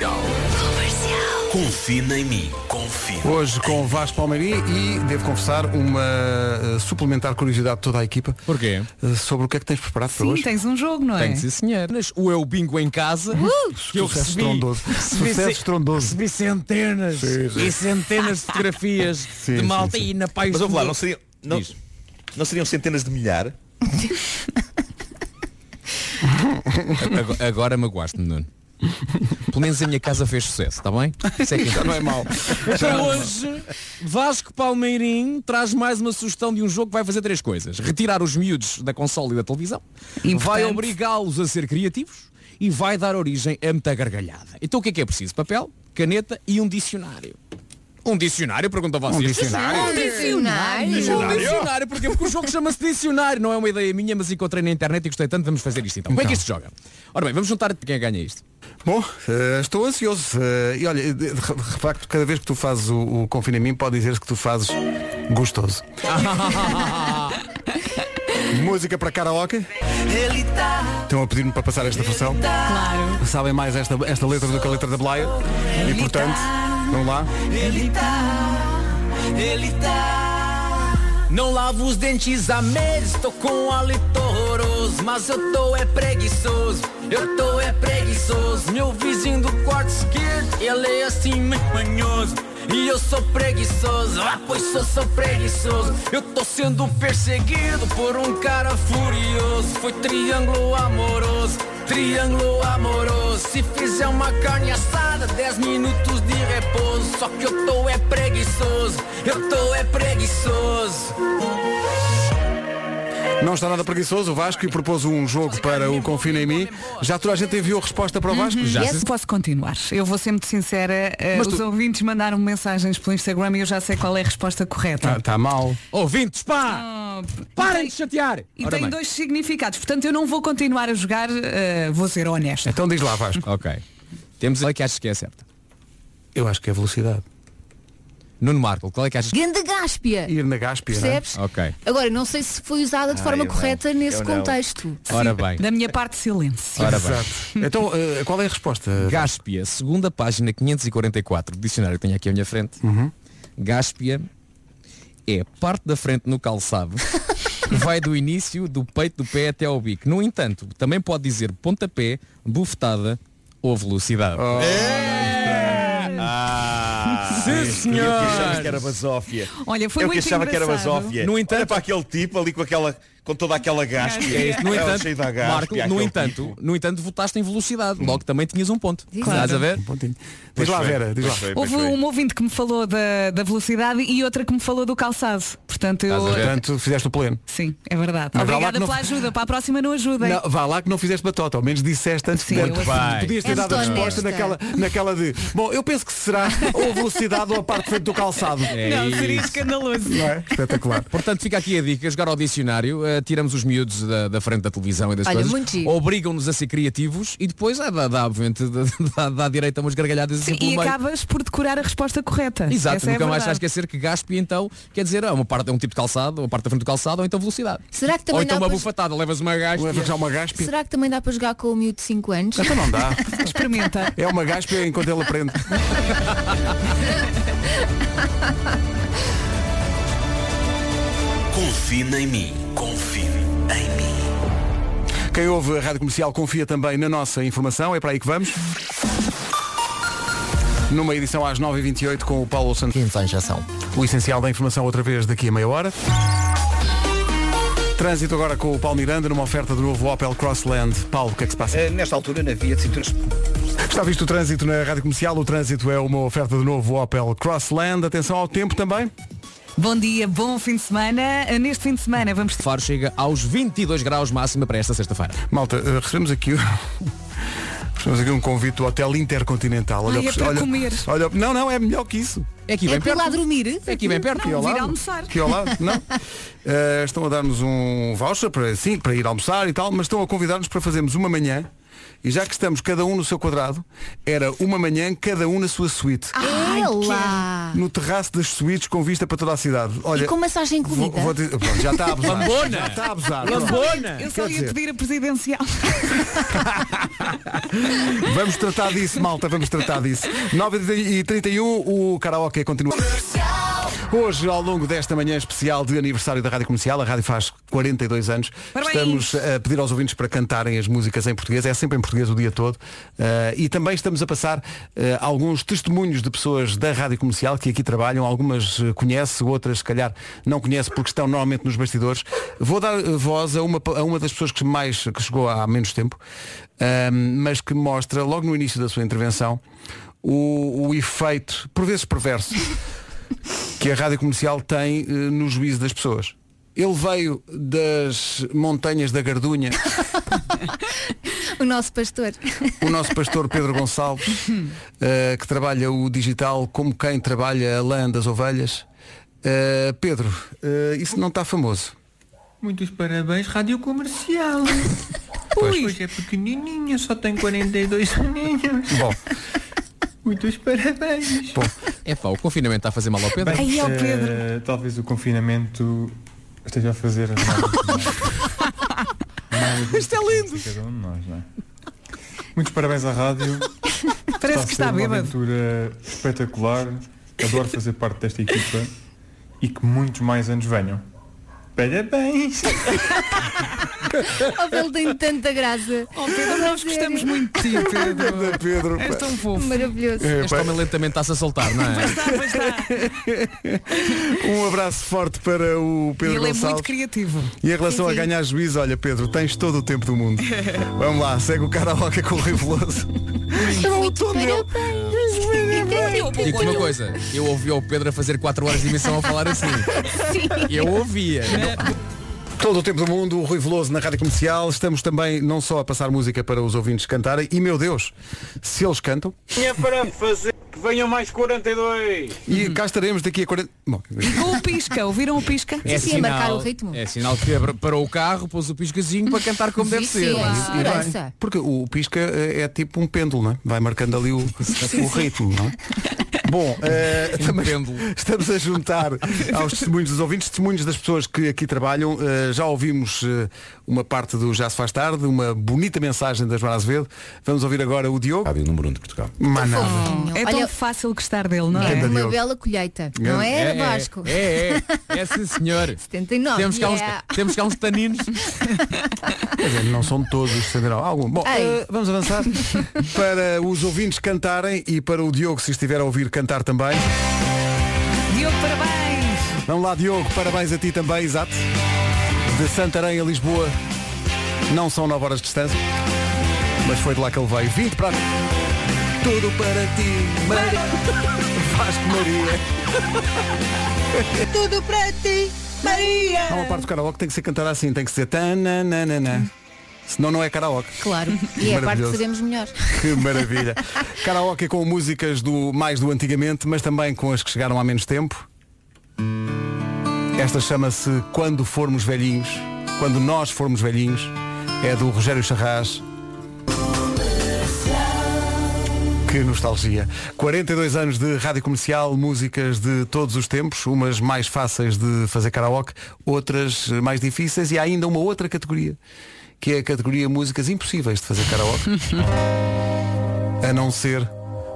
Speaker 21: Confina em mim. Confina.
Speaker 2: Hoje com o Vasco Palmeirim e, devo confessar, uma eh, suplementar curiosidade de toda a equipa.
Speaker 9: Porquê?
Speaker 2: sobre o que é que tens preparado para
Speaker 4: Sim,
Speaker 2: hoje.
Speaker 4: tens um jogo, não é?
Speaker 9: Tem que ser senhor. Mas O Eu Bingo em Casa, que eu
Speaker 2: Sucesso
Speaker 9: recebi,
Speaker 2: estrondoso.
Speaker 9: recebi
Speaker 2: Sucesso
Speaker 9: ce-
Speaker 2: estrondoso.
Speaker 9: recebi centenas
Speaker 2: Sim, sim.
Speaker 9: e centenas de fotografias de
Speaker 11: sim,
Speaker 9: malta
Speaker 11: sim.
Speaker 9: e na paz
Speaker 11: Mas
Speaker 9: do
Speaker 11: vamos lá,
Speaker 9: mundo.
Speaker 11: não seriam, não,
Speaker 9: Diz.
Speaker 11: não seriam centenas de milhar?
Speaker 9: Agora- Agora magoaste-me, Nuno. Pelo menos a minha casa fez sucesso, está bem? Isso é que
Speaker 2: Já não é mau. Já não é
Speaker 9: Então
Speaker 2: mau.
Speaker 9: hoje, Vasco Palmeirim traz mais uma sugestão de um jogo que vai fazer três coisas. Retirar os miúdos da console e da televisão, vai obrigá-los a ser criativos e vai dar origem a muita gargalhada. Então o que é que é preciso? Papel, caneta e um dicionário. Um dicionário, pergunta a vocês.
Speaker 2: Um dicionário?
Speaker 9: Um
Speaker 5: é?
Speaker 9: dicionário.
Speaker 2: Um dicionário?
Speaker 9: Um dicionário, porquê? Porque o jogo chama-se dicionário, não é uma ideia minha, mas encontrei na internet e gostei tanto, vamos fazer isto então. Como é que isto joga? Ora bem, vamos juntar quem é ganha isto.
Speaker 2: Bom, eh, estou ansioso. eh, e olha, de- de- repara que cada vez que tu fazes o, o Confina em mim, pode dizer-se que tu fazes gostoso. Música para karaoke.
Speaker 12: Ele tá,
Speaker 2: Estão a pedir-me para passar esta versão.
Speaker 12: Claro.
Speaker 2: Sabem mais esta, esta letra do que a letra da Blaia. E portanto, vamos lá.
Speaker 12: ele tá, ele tá.
Speaker 22: Não lavo os dentes há meses, tô com hálito horroroso Mas eu tô é preguiçoso, eu tô é preguiçoso Meu vizinho do quarto esquerdo, ele é assim muito manhoso E eu sou preguiçoso, ah pois eu sou preguiçoso Eu tô sendo perseguido por um cara furioso Foi triângulo amoroso, triângulo amoroso Se fizer uma carne assada, 10 minutos de repouso Só que eu tô é preguiçoso, eu tô é preguiçoso
Speaker 2: Não está nada preguiçoso, o Vasco e propôs um jogo para o Confina em mim. Já toda a gente enviou resposta para o Vasco?
Speaker 4: Uhum. Yes, posso continuar. Eu vou ser muito sincera. eh,
Speaker 2: Mas
Speaker 4: os
Speaker 2: tu-
Speaker 4: ouvintes mandaram mensagens pelo Instagram e eu já sei qual é a resposta correta.
Speaker 2: Está Ah, tá mal.
Speaker 9: Ouvintes, pá! Parem de chatear!
Speaker 4: Ah, E
Speaker 9: Ora
Speaker 4: tem
Speaker 9: bem.
Speaker 4: dois significados. Portanto, eu não vou continuar a jogar, eh, vou ser honesta.
Speaker 2: Então diz lá, Vasco.
Speaker 9: ok. Temos a que achas que é certa.
Speaker 2: Eu acho que é velocidade.
Speaker 9: Nuno Marco, qual é que achas que
Speaker 5: Ganda gáspia.
Speaker 2: Ir na gáspia,
Speaker 5: não é? Percebes?
Speaker 9: Ok.
Speaker 5: Agora, não sei se foi usada de
Speaker 9: Ah,
Speaker 5: forma
Speaker 9: eu não.
Speaker 5: correta nesse
Speaker 9: Eu não.
Speaker 5: contexto.
Speaker 9: Ora bem.
Speaker 4: Da minha parte, silêncio.
Speaker 9: Ora bem.
Speaker 2: Então, qual é a resposta?
Speaker 9: Uhum. Gáspia, segunda página 544 do dicionário que tenho aqui à minha frente. Gáspia é parte da frente no calçado. que Vai do início do peito do pé até ao bico. No entanto, também pode dizer pontapé, bufetada ou velocidade.
Speaker 11: Eu
Speaker 9: Oh,
Speaker 11: É!
Speaker 9: Sim,
Speaker 11: Ah, que
Speaker 9: senhor.
Speaker 11: achava que era basófia.
Speaker 2: Ah,
Speaker 4: Olha, foi
Speaker 11: eu que
Speaker 4: muito
Speaker 11: achava que era
Speaker 4: engraçado.
Speaker 11: basófia.
Speaker 9: No
Speaker 11: Olha para aquele tipo ali com aquela com toda aquela gáspia.
Speaker 9: É isso. No
Speaker 11: Ela
Speaker 9: entanto,
Speaker 11: cheia da gáspia,
Speaker 9: Marco, no
Speaker 11: aquele
Speaker 9: entanto,
Speaker 11: tipo. Hum.
Speaker 9: no entanto, votaste em velocidade. Logo também tinhas um ponto.
Speaker 4: Claro.
Speaker 9: Estás a ver?
Speaker 2: Diz lá, Vera, diz lá.
Speaker 4: Houve um ouvinte que me falou da, da velocidade e outra que me falou do calçado. Portanto, eu.
Speaker 2: Portanto, fizeste o pleno.
Speaker 4: Sim, é verdade.
Speaker 2: Mas vá lá
Speaker 4: Obrigada
Speaker 2: que não-
Speaker 4: pela ajuda. Para a próxima não ajudem.
Speaker 2: Não, vá lá que não fizeste batota, ao menos disseste antes
Speaker 4: Sim,
Speaker 2: de
Speaker 4: eu Então assumo.
Speaker 2: Podias ter
Speaker 4: És
Speaker 2: dado a resposta
Speaker 4: honesta.
Speaker 2: naquela, naquela de Bom, eu penso que será ou a velocidade ou a parte de frente do calçado.
Speaker 4: Não, seria escandaloso.
Speaker 2: Não é? Espetacular.
Speaker 9: Portanto, fica aqui a dica, jogar ao dicionário, eh, tiramos os miúdos da, da frente da televisão e das
Speaker 5: Olha, muito
Speaker 9: coisas,
Speaker 5: giro.
Speaker 9: obrigam-nos a ser criativos e depois ah, dá, dá, obviamente, dá, dá, dá direito a umas gargalhadas assim pelo
Speaker 4: E
Speaker 9: meio.
Speaker 4: acabas por decorar a resposta correta.
Speaker 9: Exato,
Speaker 4: Essa é a
Speaker 9: nunca mais
Speaker 4: verdade.
Speaker 9: vais esquecer que gaspe então quer dizer ah, uma parte é um tipo de calçado, uma parte da frente do calçado ou então velocidade.
Speaker 5: Será que
Speaker 9: ou
Speaker 5: também
Speaker 9: então
Speaker 5: dá
Speaker 9: uma
Speaker 5: para...
Speaker 9: bufatada, levas uma gaspe.
Speaker 2: Levas já uma gaspe.
Speaker 5: Será que também dá para jogar com o miúdo de 5 anos?
Speaker 2: Então não dá.
Speaker 4: Experimenta.
Speaker 2: É uma gaspe enquanto ele aprende.
Speaker 21: Confina em mim. Confina em mim.
Speaker 2: Quem ouve a Rádio Comercial confia também na nossa informação, é para aí que vamos. Numa edição às 9h28 com o Paulo Santos.
Speaker 1: injeção.
Speaker 2: O essencial da informação outra vez daqui a meia hora. Trânsito agora com o Paulo Miranda numa oferta do novo Opel Crossland. Paulo, o que é que se passa?
Speaker 3: Eh, Nesta altura, na via de cinturas
Speaker 2: Está visto o trânsito na Rádio Comercial. O trânsito é uma oferta do novo Opel Crossland. Atenção ao tempo também.
Speaker 4: Bom dia, bom fim de semana. Ah, Neste fim de semana vamos
Speaker 9: Faro chega aos 22 graus máxima para esta sexta-feira.
Speaker 2: Malta, eh, recebemos aqui Temos aqui um convite do Hotel Intercontinental.
Speaker 4: Ai, é
Speaker 2: o-
Speaker 4: para comer.
Speaker 2: olha, o- não, não, é melhor que isso. É
Speaker 4: aqui É bem para ir perto. lá dormir?
Speaker 2: É aqui bem perto.
Speaker 4: Não,
Speaker 2: aqui ao
Speaker 4: vir
Speaker 2: lado.
Speaker 4: almoçar.
Speaker 2: Aqui ao lado, não. Eh, estão a dar-nos um voucher para, sim, para ir almoçar e tal, mas estão a convidar-nos para fazermos uma manhã. E já que estamos cada um no seu quadrado, era uma manhã, cada um na sua suíte.
Speaker 4: Ah.
Speaker 5: É lá!
Speaker 2: No terraço das suítes com vista para toda a cidade. Olha,
Speaker 5: E com massagem
Speaker 2: é. vou-
Speaker 5: incluída.
Speaker 2: vou dizer- pronto, já está a abusar.
Speaker 4: Lambona!
Speaker 2: Já está a abusar.
Speaker 4: Eu só
Speaker 2: Pronto.
Speaker 9: Ah,
Speaker 4: ia, eu só
Speaker 2: Quer
Speaker 4: ia
Speaker 2: dizer,
Speaker 4: pedir a presidencial.
Speaker 2: Vamos tratar disso, malta, vamos tratar disso. 9 e 31, o karaoke continua. Hoje, ao longo desta manhã especial de aniversário da Rádio Comercial, a rádio faz 42 anos,
Speaker 4: Parabéns.
Speaker 2: estamos a pedir aos ouvintes para cantarem as músicas em português, é sempre em português o dia todo, Eh, e também estamos a passar eh, alguns testemunhos de pessoas da Rádio Comercial que aqui trabalham, algumas eh, conhece, outras se calhar não conhece porque estão normalmente nos bastidores. Vou dar eh, voz a uma, pa- a uma das pessoas que mais que chegou há menos tempo, ahm, mas que mostra logo no início da sua intervenção o, o efeito, por vezes perverso, que a rádio comercial tem eh, no juízo das pessoas. Ele veio das montanhas da Gardunha,
Speaker 5: O nosso pastor.
Speaker 2: o nosso pastor Pedro Gonçalves, eh, que trabalha o digital como quem trabalha a lã das ovelhas. Eh, Pedro, eh, isso não está famoso.
Speaker 23: Muitos parabéns, Rádio Comercial. Pois. Pois é pequenininha, só tem 42 aninhos.
Speaker 2: Bom.
Speaker 23: Muitos parabéns.
Speaker 9: É pá, o confinamento está a fazer mal ao Pedro.
Speaker 23: Bem, eh, talvez o confinamento esteja a fazer
Speaker 4: Isto é lindo.
Speaker 23: cada um de nós, não é? Muitos parabéns à rádio.
Speaker 4: Parece
Speaker 23: a
Speaker 4: que está
Speaker 23: ser uma
Speaker 4: bêbado.
Speaker 23: aventura espetacular. Adoro fazer parte desta equipa e que muitos mais anos venham. Parabéns!
Speaker 5: Oh, ele tem tanta graça. Oh,
Speaker 4: Pedro, nós gostamos
Speaker 5: muito
Speaker 2: de ti, é Pedro. Pedro
Speaker 5: És
Speaker 9: tão
Speaker 5: fofo. Maravilhoso.
Speaker 9: Este homem lentamente está-se a soltar, não é?
Speaker 2: Um abraço forte para o Pedro
Speaker 4: ele é
Speaker 2: Gonçalves.
Speaker 4: muito criativo.
Speaker 2: E em relação
Speaker 4: Sim,
Speaker 2: a
Speaker 4: sim.
Speaker 2: ganhar juízo, olha Pedro, tens todo o tempo do mundo. Vamos lá, segue o karaoke com o Rui Veloso.
Speaker 9: Digo uma coisa, eu ouvi o Pedro a fazer 4 horas de emissão a falar assim. Eu ouvia.
Speaker 2: Todo o tempo do mundo, o Rui Veloso na Rádio Comercial. Estamos também não só a passar música para os ouvintes cantarem, e meu Deus, se eles cantam,
Speaker 14: Tinha para fazer que venham mais 42.
Speaker 2: e
Speaker 4: Uhum.
Speaker 2: cá estaremos daqui a 40... Bom,
Speaker 4: Com o pisca, ouviram o pisca?
Speaker 5: é
Speaker 9: assim. É sinal que abra- parou o carro, pôs o piscazinho para cantar como deve
Speaker 4: Sim,
Speaker 9: ser.
Speaker 4: sim, é.
Speaker 9: não é? E bem.
Speaker 4: Segurança.
Speaker 2: Porque o pisca eh, é tipo um pêndulo, não é? Vai marcando ali o, o ritmo, não é? Bom, eh, também estamos a juntar aos testemunhos dos ouvintes, testemunhos das pessoas que aqui trabalham. Eh, já ouvimos eh, uma parte do Já se faz tarde, uma bonita mensagem da Joana Azevedo. Vamos ouvir agora o Diogo. Rádio número 1 de Portugal. Mas nada.
Speaker 4: É tão fácil gostar dele, não é?
Speaker 5: É uma
Speaker 2: Daniel.
Speaker 5: bela colheita, não é, Vasco?
Speaker 9: É, é, é sim senhor.
Speaker 5: 79.
Speaker 9: Temos cá,
Speaker 5: yeah.
Speaker 9: uns, temos cá uns taninos.
Speaker 2: Quer dizer, não são todos, saberão algum. Bom,
Speaker 5: Ei.
Speaker 2: eh, vamos avançar para os ouvintes cantarem e para o Diogo, se estiver a ouvir, cantar também.
Speaker 4: Diogo, parabéns!
Speaker 2: Vamos lá, Diogo, parabéns a ti também, exato. De Santarém a Lisboa, não são 9 horas de distância, mas foi de lá que ele veio. 20 para. Tudo para ti, Maria. Vasco Maria.
Speaker 12: Tudo para ti, Maria.
Speaker 2: Há uma parte do karaoke que tem que ser cantada assim, tem que ser tananana. Senão não é karaoke.
Speaker 5: Claro. E é a parte que
Speaker 2: Maravilhoso.
Speaker 5: fazemos melhor.
Speaker 2: Que maravilha. Karaoke com músicas do mais do antigamente, mas também com as que chegaram há menos tempo. Esta chama-se Quando Formos Velhinhos, Quando Nós Formos Velhinhos, é do Rogério Charras. Que nostalgia. 42 anos de rádio comercial, músicas de todos os tempos, umas mais fáceis de fazer karaoke, outras eh, mais difíceis e há ainda uma outra categoria, que é a categoria músicas impossíveis de fazer karaoke. a não ser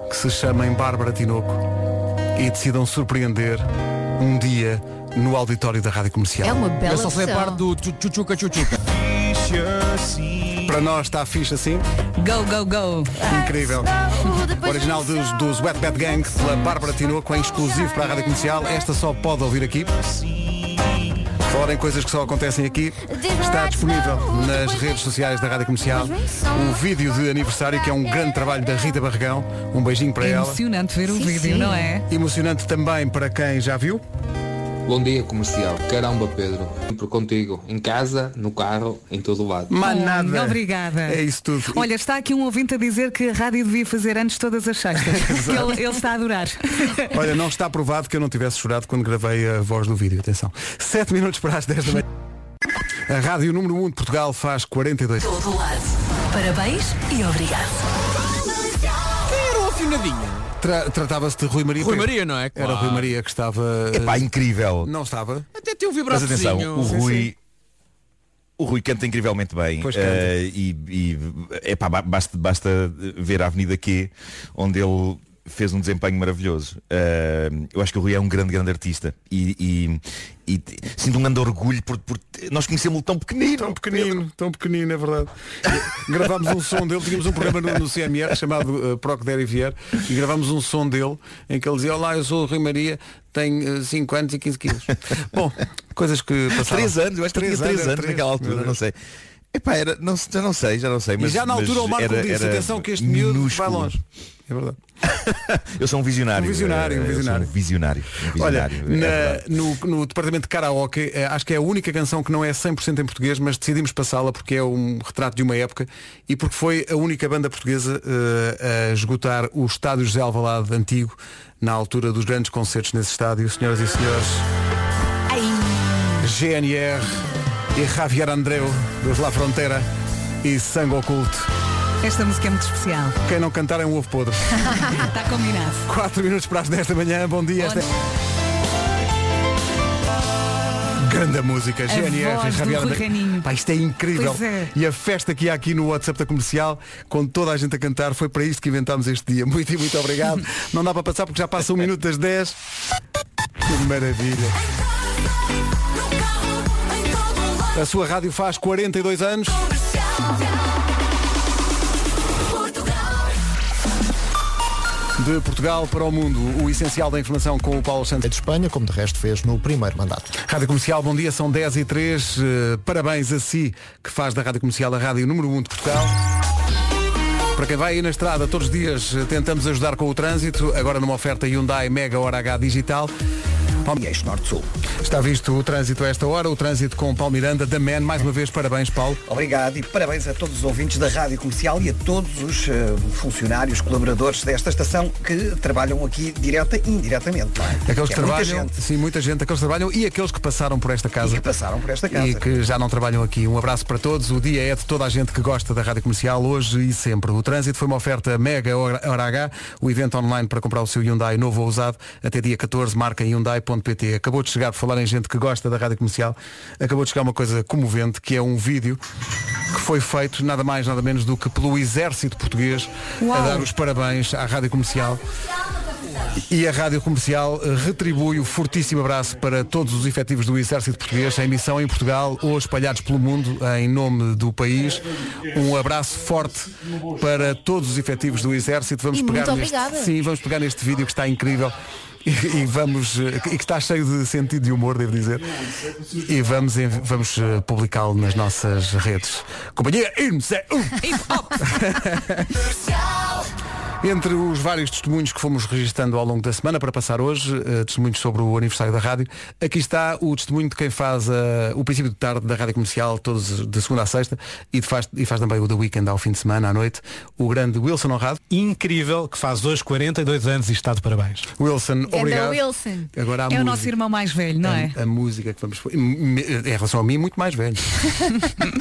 Speaker 2: que se chamem Bárbara Tinoco e decidam surpreender um dia no auditório da Rádio Comercial.
Speaker 5: É uma bela
Speaker 9: Eu só sei a
Speaker 5: opção.
Speaker 9: parte do tchuchuca tchuchuca.
Speaker 2: Para nós está fixe assim.
Speaker 4: Go, go, go.
Speaker 2: Incrível. Original dos, dos Wet Bad Gang, pela Bárbara Tinoco, em exclusivo para a Rádio Comercial. Esta só pode ouvir aqui. Falar em coisas que só acontecem aqui está disponível nas redes sociais da Rádio Comercial o vídeo de aniversário que é um grande trabalho da Rita Barragão. Um beijinho para
Speaker 4: É
Speaker 2: ela.
Speaker 4: emocionante ver o vídeo, não é?
Speaker 2: Emocionante também para quem já viu.
Speaker 6: Bom dia, comercial. Caramba, Pedro. Sempre contigo. Em casa, no carro, em todo o lado.
Speaker 4: Ai, Obrigada.
Speaker 6: É isso tudo.
Speaker 4: Olha, está aqui um ouvinte a dizer que a rádio devia fazer antes todas as sextas.
Speaker 2: Exato.
Speaker 4: ele, ele está a adorar.
Speaker 2: Olha, não está provado que eu não tivesse chorado quando gravei a voz no vídeo. Atenção. 7 minutos para as 10 da manhã. A Rádio Número 1 de Portugal faz 42.
Speaker 12: Todo lado. Parabéns e obrigado.
Speaker 13: Era afinadinha.
Speaker 2: Tra- Tratava-se de Rui Maria
Speaker 13: Rui
Speaker 2: Pego.
Speaker 13: Maria, não é?
Speaker 2: Era o Rui Maria que estava...
Speaker 11: É pá,
Speaker 2: eh,
Speaker 11: incrível.
Speaker 2: Não estava.
Speaker 13: Até tem um
Speaker 11: Mas atenção,
Speaker 13: vibradozinho.
Speaker 11: o
Speaker 13: Sim,
Speaker 11: Rui.
Speaker 13: sim.
Speaker 11: O Rui canta incrivelmente bem.
Speaker 13: Pois canta.
Speaker 11: eh, e e epá, ba- basta, basta ver a Avenida Q, onde ele fez um desempenho maravilhoso. Eh, eu acho que o Rui é um grande, grande artista. E, e- e t- sinto um grande orgulho por, por nós conhecemos-lo tão pequenino.
Speaker 2: Tão pequenino, tão pequenino, é verdade. gravámos um som dele, tínhamos um programa no, no CMR chamado uh, Proc Der e Vier e gravámos um som dele em que ele dizia Olá, eu sou o Rui Maria, tenho 5 anos e 15 quilos. Bom, coisas que passaram.
Speaker 11: 3 anos, eu acho que
Speaker 2: Três
Speaker 11: tinha 3 anos,
Speaker 2: era
Speaker 11: naquela
Speaker 2: três,
Speaker 11: altura,
Speaker 2: meu
Speaker 11: não
Speaker 2: Deus.
Speaker 11: sei. Epá, era, não, já não sei, já não sei. Mas,
Speaker 2: e já na
Speaker 11: mas
Speaker 2: altura o Marco
Speaker 11: era-
Speaker 2: disse,
Speaker 11: era
Speaker 2: atenção que este miúdo vai
Speaker 11: minúsculo.
Speaker 2: longe. É verdade.
Speaker 11: Eu sou um visionário.
Speaker 2: Um visionário, um
Speaker 11: eh, eu sou
Speaker 2: visionário.
Speaker 11: Um visionário. um
Speaker 2: Olha,
Speaker 11: visionário, é
Speaker 2: na- no, no departamento de karaoke, eh, acho que é a única canção que não é 100% em português, mas decidimos passá-la porque é um retrato de uma época e porque foi a única banda portuguesa eh, a esgotar o estádio José Alvalade antigo na altura dos grandes concertos nesse estádio, senhoras e senhores. GNR e Javier Andreu dos La Frontera e Sangue Oculto.
Speaker 4: Esta música é muito especial.
Speaker 2: Quem não cantar é um ovo podre.
Speaker 4: está combinado.
Speaker 2: 4 minutos para as 10 da manhã, bom dia.
Speaker 4: É
Speaker 2: Esta... é Grande música,
Speaker 4: A
Speaker 2: GNR,
Speaker 4: voz do
Speaker 2: Javier
Speaker 4: Rui
Speaker 2: André.
Speaker 4: Reininho.
Speaker 2: Pá, isto é incrível.
Speaker 4: Pois é.
Speaker 2: E a festa que há aqui no WhatsApp da comercial, com toda a gente a cantar, foi para isto que inventámos este dia. Muito e muito obrigado. Não dá para passar porque já passa um minuto das 10. Que maravilha. A sua rádio faz 42 anos. De Portugal para o mundo, o essencial da informação com o Paulo Santos.
Speaker 1: de Espanha, como de resto fez no primeiro mandato.
Speaker 2: Rádio Comercial, bom dia, são 10 e 3 Parabéns a si que faz da Rádio Comercial a Rádio número 1 de Portugal Para quem vai aí na estrada todos os dias eh, tentamos ajudar com o trânsito Agora numa oferta Hyundai Mega Hora H Digital Palmeiras Norte-Sul Está visto o trânsito a esta hora, o trânsito com Paulo Miranda da Man, mais uma vez parabéns Paulo
Speaker 3: Obrigado e parabéns a todos os ouvintes da Rádio Comercial e a todos os eh, funcionários, colaboradores desta estação que trabalham aqui direta e indiretamente. não é?
Speaker 2: Aqueles que
Speaker 3: É muita
Speaker 2: trabalham,
Speaker 3: gente
Speaker 2: sim, muita gente, aqueles que trabalham e aqueles que passaram por esta casa.
Speaker 3: que passaram por esta casa.
Speaker 2: E que já não trabalham aqui. Um abraço para todos. O dia é de toda a gente que gosta da Rádio Comercial, hoje e sempre. O trânsito foi uma oferta mega hora Hora H, o evento online para comprar o seu Hyundai novo ou usado, até dia 14, marca em Hyundai.pt. Acabou de chegar, por falar em gente que gosta da Rádio Comercial, acabou de chegar uma coisa comovente, que é um vídeo que foi feito nada mais, nada menos do que pelo Exército Português
Speaker 24: Uau.
Speaker 2: a dar os parabéns à Rádio Comercial. E a Rádio Comercial eh, retribui o fortíssimo abraço para todos os efetivos do Exército Português em missão em Portugal ou espalhados pelo mundo em nome do país. Um abraço forte para todos os efetivos do Exército. Vamos
Speaker 5: E
Speaker 2: pegar
Speaker 5: muito
Speaker 2: neste,
Speaker 5: obrigada.
Speaker 2: sim, vamos pegar neste vídeo que está incrível. E, e vamos eh, e que está cheio de sentido de humor, devo dizer. E vamos em- vamos eh, publicá-lo nas nossas redes. Companhia um. Irmse Entre os vários testemunhos que fomos registrando ao longo da semana para passar hoje, eh, testemunhos sobre o aniversário da rádio, aqui está o testemunho de quem faz eh, o princípio de tarde da rádio comercial, todos de segunda a sexta, e faz, e faz também o The Weekend ao fim de semana, à noite, o grande Wilson Honrado.
Speaker 25: Incrível que faz hoje 42 anos e está de parabéns.
Speaker 2: Wilson,
Speaker 5: É
Speaker 2: obrigado.
Speaker 4: Wilson.
Speaker 2: Agora há
Speaker 4: é o
Speaker 2: música.
Speaker 4: nosso irmão mais velho, não é?
Speaker 2: A música que vamos pôr. Em em relação a mim, muito mais velho.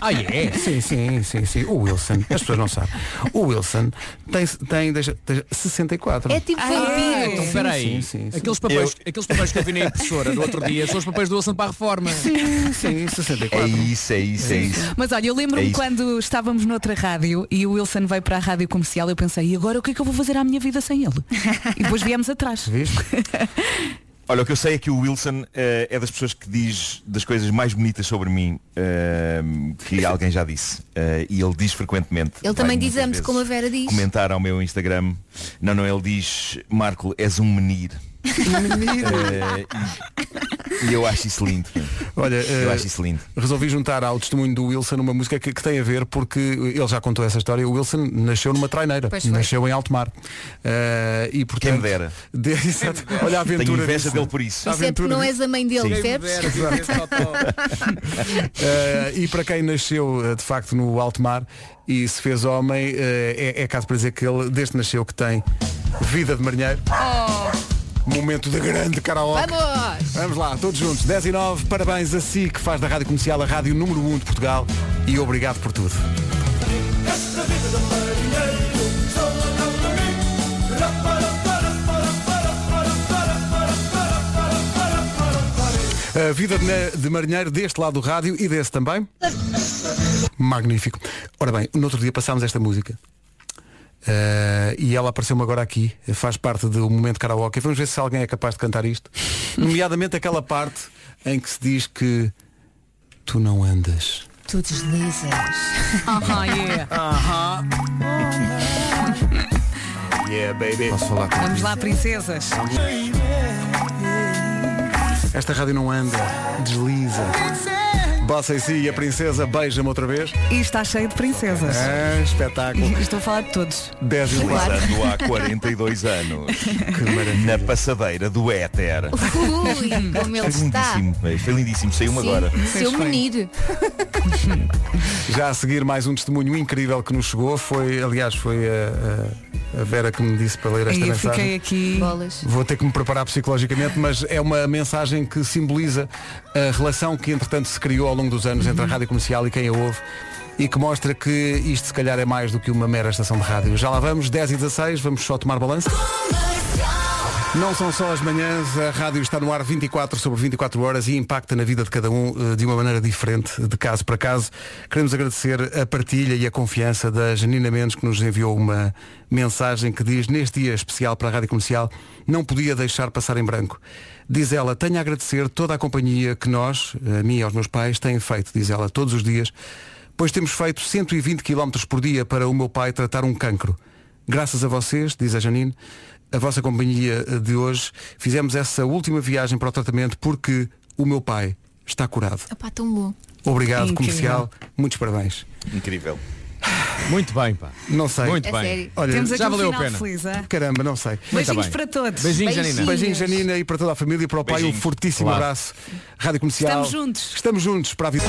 Speaker 2: ah, é? Sim, sim, sim, sim. O Wilson, as pessoas não sabem. O Wilson tem, tem, deixa, tem 64.
Speaker 5: É tipo Ah, vampiro. é?
Speaker 2: Sim,
Speaker 5: Então,
Speaker 13: Espera aí.
Speaker 2: sim, sim, sim.
Speaker 13: Aqueles, papéis, aqueles papéis que eu vi na impressora do outro dia são os papéis do Wilson para a reforma.
Speaker 2: Sim, sim, 64.
Speaker 11: É isso, é isso, é isso.
Speaker 4: Mas olha, eu
Speaker 11: É
Speaker 4: lembro-me
Speaker 11: isso.
Speaker 4: quando estávamos noutra rádio e o Wilson veio para a rádio comercial, eu pensei, e agora o que é que eu vou fazer à minha vida sem ele? E depois viemos atrás.
Speaker 11: Olha, o que eu sei é que o Wilson eh, é das pessoas que diz das coisas mais bonitas sobre mim eh, que alguém já disse. Eh, e ele diz frequentemente.
Speaker 5: Ele
Speaker 11: Vai
Speaker 5: também
Speaker 11: muitas
Speaker 5: diz amo-te,
Speaker 11: vezes
Speaker 5: como a Vera diz.
Speaker 11: Comentar ao meu Instagram. Não, não, ele diz, Marco, és um menir.
Speaker 2: Menir.
Speaker 11: Eh, E eu acho isso lindo. né?
Speaker 2: Olha,
Speaker 11: eu
Speaker 2: eh,
Speaker 11: acho isso lindo.
Speaker 2: Resolvi juntar ao testemunho do Wilson uma música que, que tem a ver porque ele já contou essa história. O Wilson nasceu numa traineira,
Speaker 11: Pois foi.
Speaker 2: nasceu em alto mar. Eh, e portanto,
Speaker 11: Quem me dera.
Speaker 2: de- exato. Olha a
Speaker 11: Tenho
Speaker 2: aventura.
Speaker 11: inveja
Speaker 2: disso.
Speaker 11: dele por isso.
Speaker 2: A
Speaker 5: Percebe é que
Speaker 2: aventura
Speaker 5: não
Speaker 2: disso.
Speaker 5: és a mãe dele, percebes?
Speaker 2: Eh, e para quem nasceu eh, de facto no alto mar e se fez homem, eh, é, é caso para dizer que ele, desde que nasceu, que tem vida de marinheiro. Momento de grande karaoke.
Speaker 5: Vamos!
Speaker 2: Vamos lá, todos juntos. 10 e 9, parabéns a si que faz da Rádio Comercial a Rádio número 1 de Portugal e obrigado por tudo. A vida de na- de marinheiro deste lado do rádio e desse também. Magnífico. Ora bem, no outro dia passámos esta música. Eh, e ela apareceu-me agora aqui, faz parte do momento karaoke. Vamos ver se alguém é capaz de cantar isto. Nomeadamente aquela parte em que se diz que tu não andas.
Speaker 5: Tu deslizas.
Speaker 4: Aham, yeah.
Speaker 2: Aham. Yeah, baby. Posso falar com
Speaker 4: Vamos lá, princesas.
Speaker 2: Esta rádio não anda, desliza. Bossa em si e a princesa beija-me outra vez.
Speaker 4: E está cheio de princesas.
Speaker 2: É, espetáculo.
Speaker 4: E Estou a falar de todos.
Speaker 2: 10 e
Speaker 4: Claro.
Speaker 11: Passando há 42 anos. Na passadeira do éter.
Speaker 5: Ui, como ele
Speaker 11: Foi
Speaker 5: está.
Speaker 3: assim,
Speaker 11: lindíssimo, bem, foi lindíssimo, saiu-me
Speaker 5: Sim,
Speaker 11: agora.
Speaker 5: Seu menino.
Speaker 2: Já a seguir mais um testemunho incrível que nos chegou. Foi, aliás, foi a, a- a Vera que me disse para ler esta
Speaker 4: E eu
Speaker 2: mensagem.
Speaker 4: fiquei aqui.
Speaker 2: Vou ter que me preparar psicologicamente, mas é uma mensagem que simboliza a relação que entretanto se criou ao longo dos anos entre a rádio comercial e quem a ouve e que mostra que isto se calhar é mais do que uma mera estação de rádio. Já lá vamos, 10 e 16, vamos só tomar balanço. Não são só as manhãs, a rádio está no ar 24 sobre 24 horas e impacta na vida de cada um eh, de uma maneira diferente, de caso para caso. Queremos agradecer a partilha e a confiança da Janina Mendes, que nos enviou uma mensagem que diz, neste dia especial para a Rádio Comercial, não podia deixar passar em branco. Diz ela, tenho a agradecer toda a companhia que nós, a mim e aos meus pais, têm feito, diz ela, todos os dias, pois temos feito 120 km por dia para o meu pai tratar um cancro. Graças a vocês, diz a Janine, a vossa companhia eh, de hoje, fizemos essa última viagem para o tratamento porque o meu pai está curado.
Speaker 5: Opá, tão bom.
Speaker 2: Obrigado,
Speaker 5: Incrível.
Speaker 2: comercial. Muitos parabéns.
Speaker 11: Incrível.
Speaker 2: Muito bem, pá. Não sei.
Speaker 9: Muito É bem. sério. Temos aqui
Speaker 2: já
Speaker 9: um
Speaker 2: valeu a
Speaker 9: final
Speaker 2: pena.
Speaker 9: feliz,
Speaker 4: é?
Speaker 2: Caramba, não sei.
Speaker 4: Beijinhos
Speaker 2: Muito bem.
Speaker 4: para todos.
Speaker 9: Beijinhos, Janina. Beijinhos.
Speaker 2: Beijinhos, Janina, e para toda a família e para o pai um
Speaker 9: Beijinhos.
Speaker 2: fortíssimo
Speaker 9: Claro.
Speaker 2: abraço. Rádio Comercial.
Speaker 4: Estamos juntos.
Speaker 2: Estamos juntos para a vida.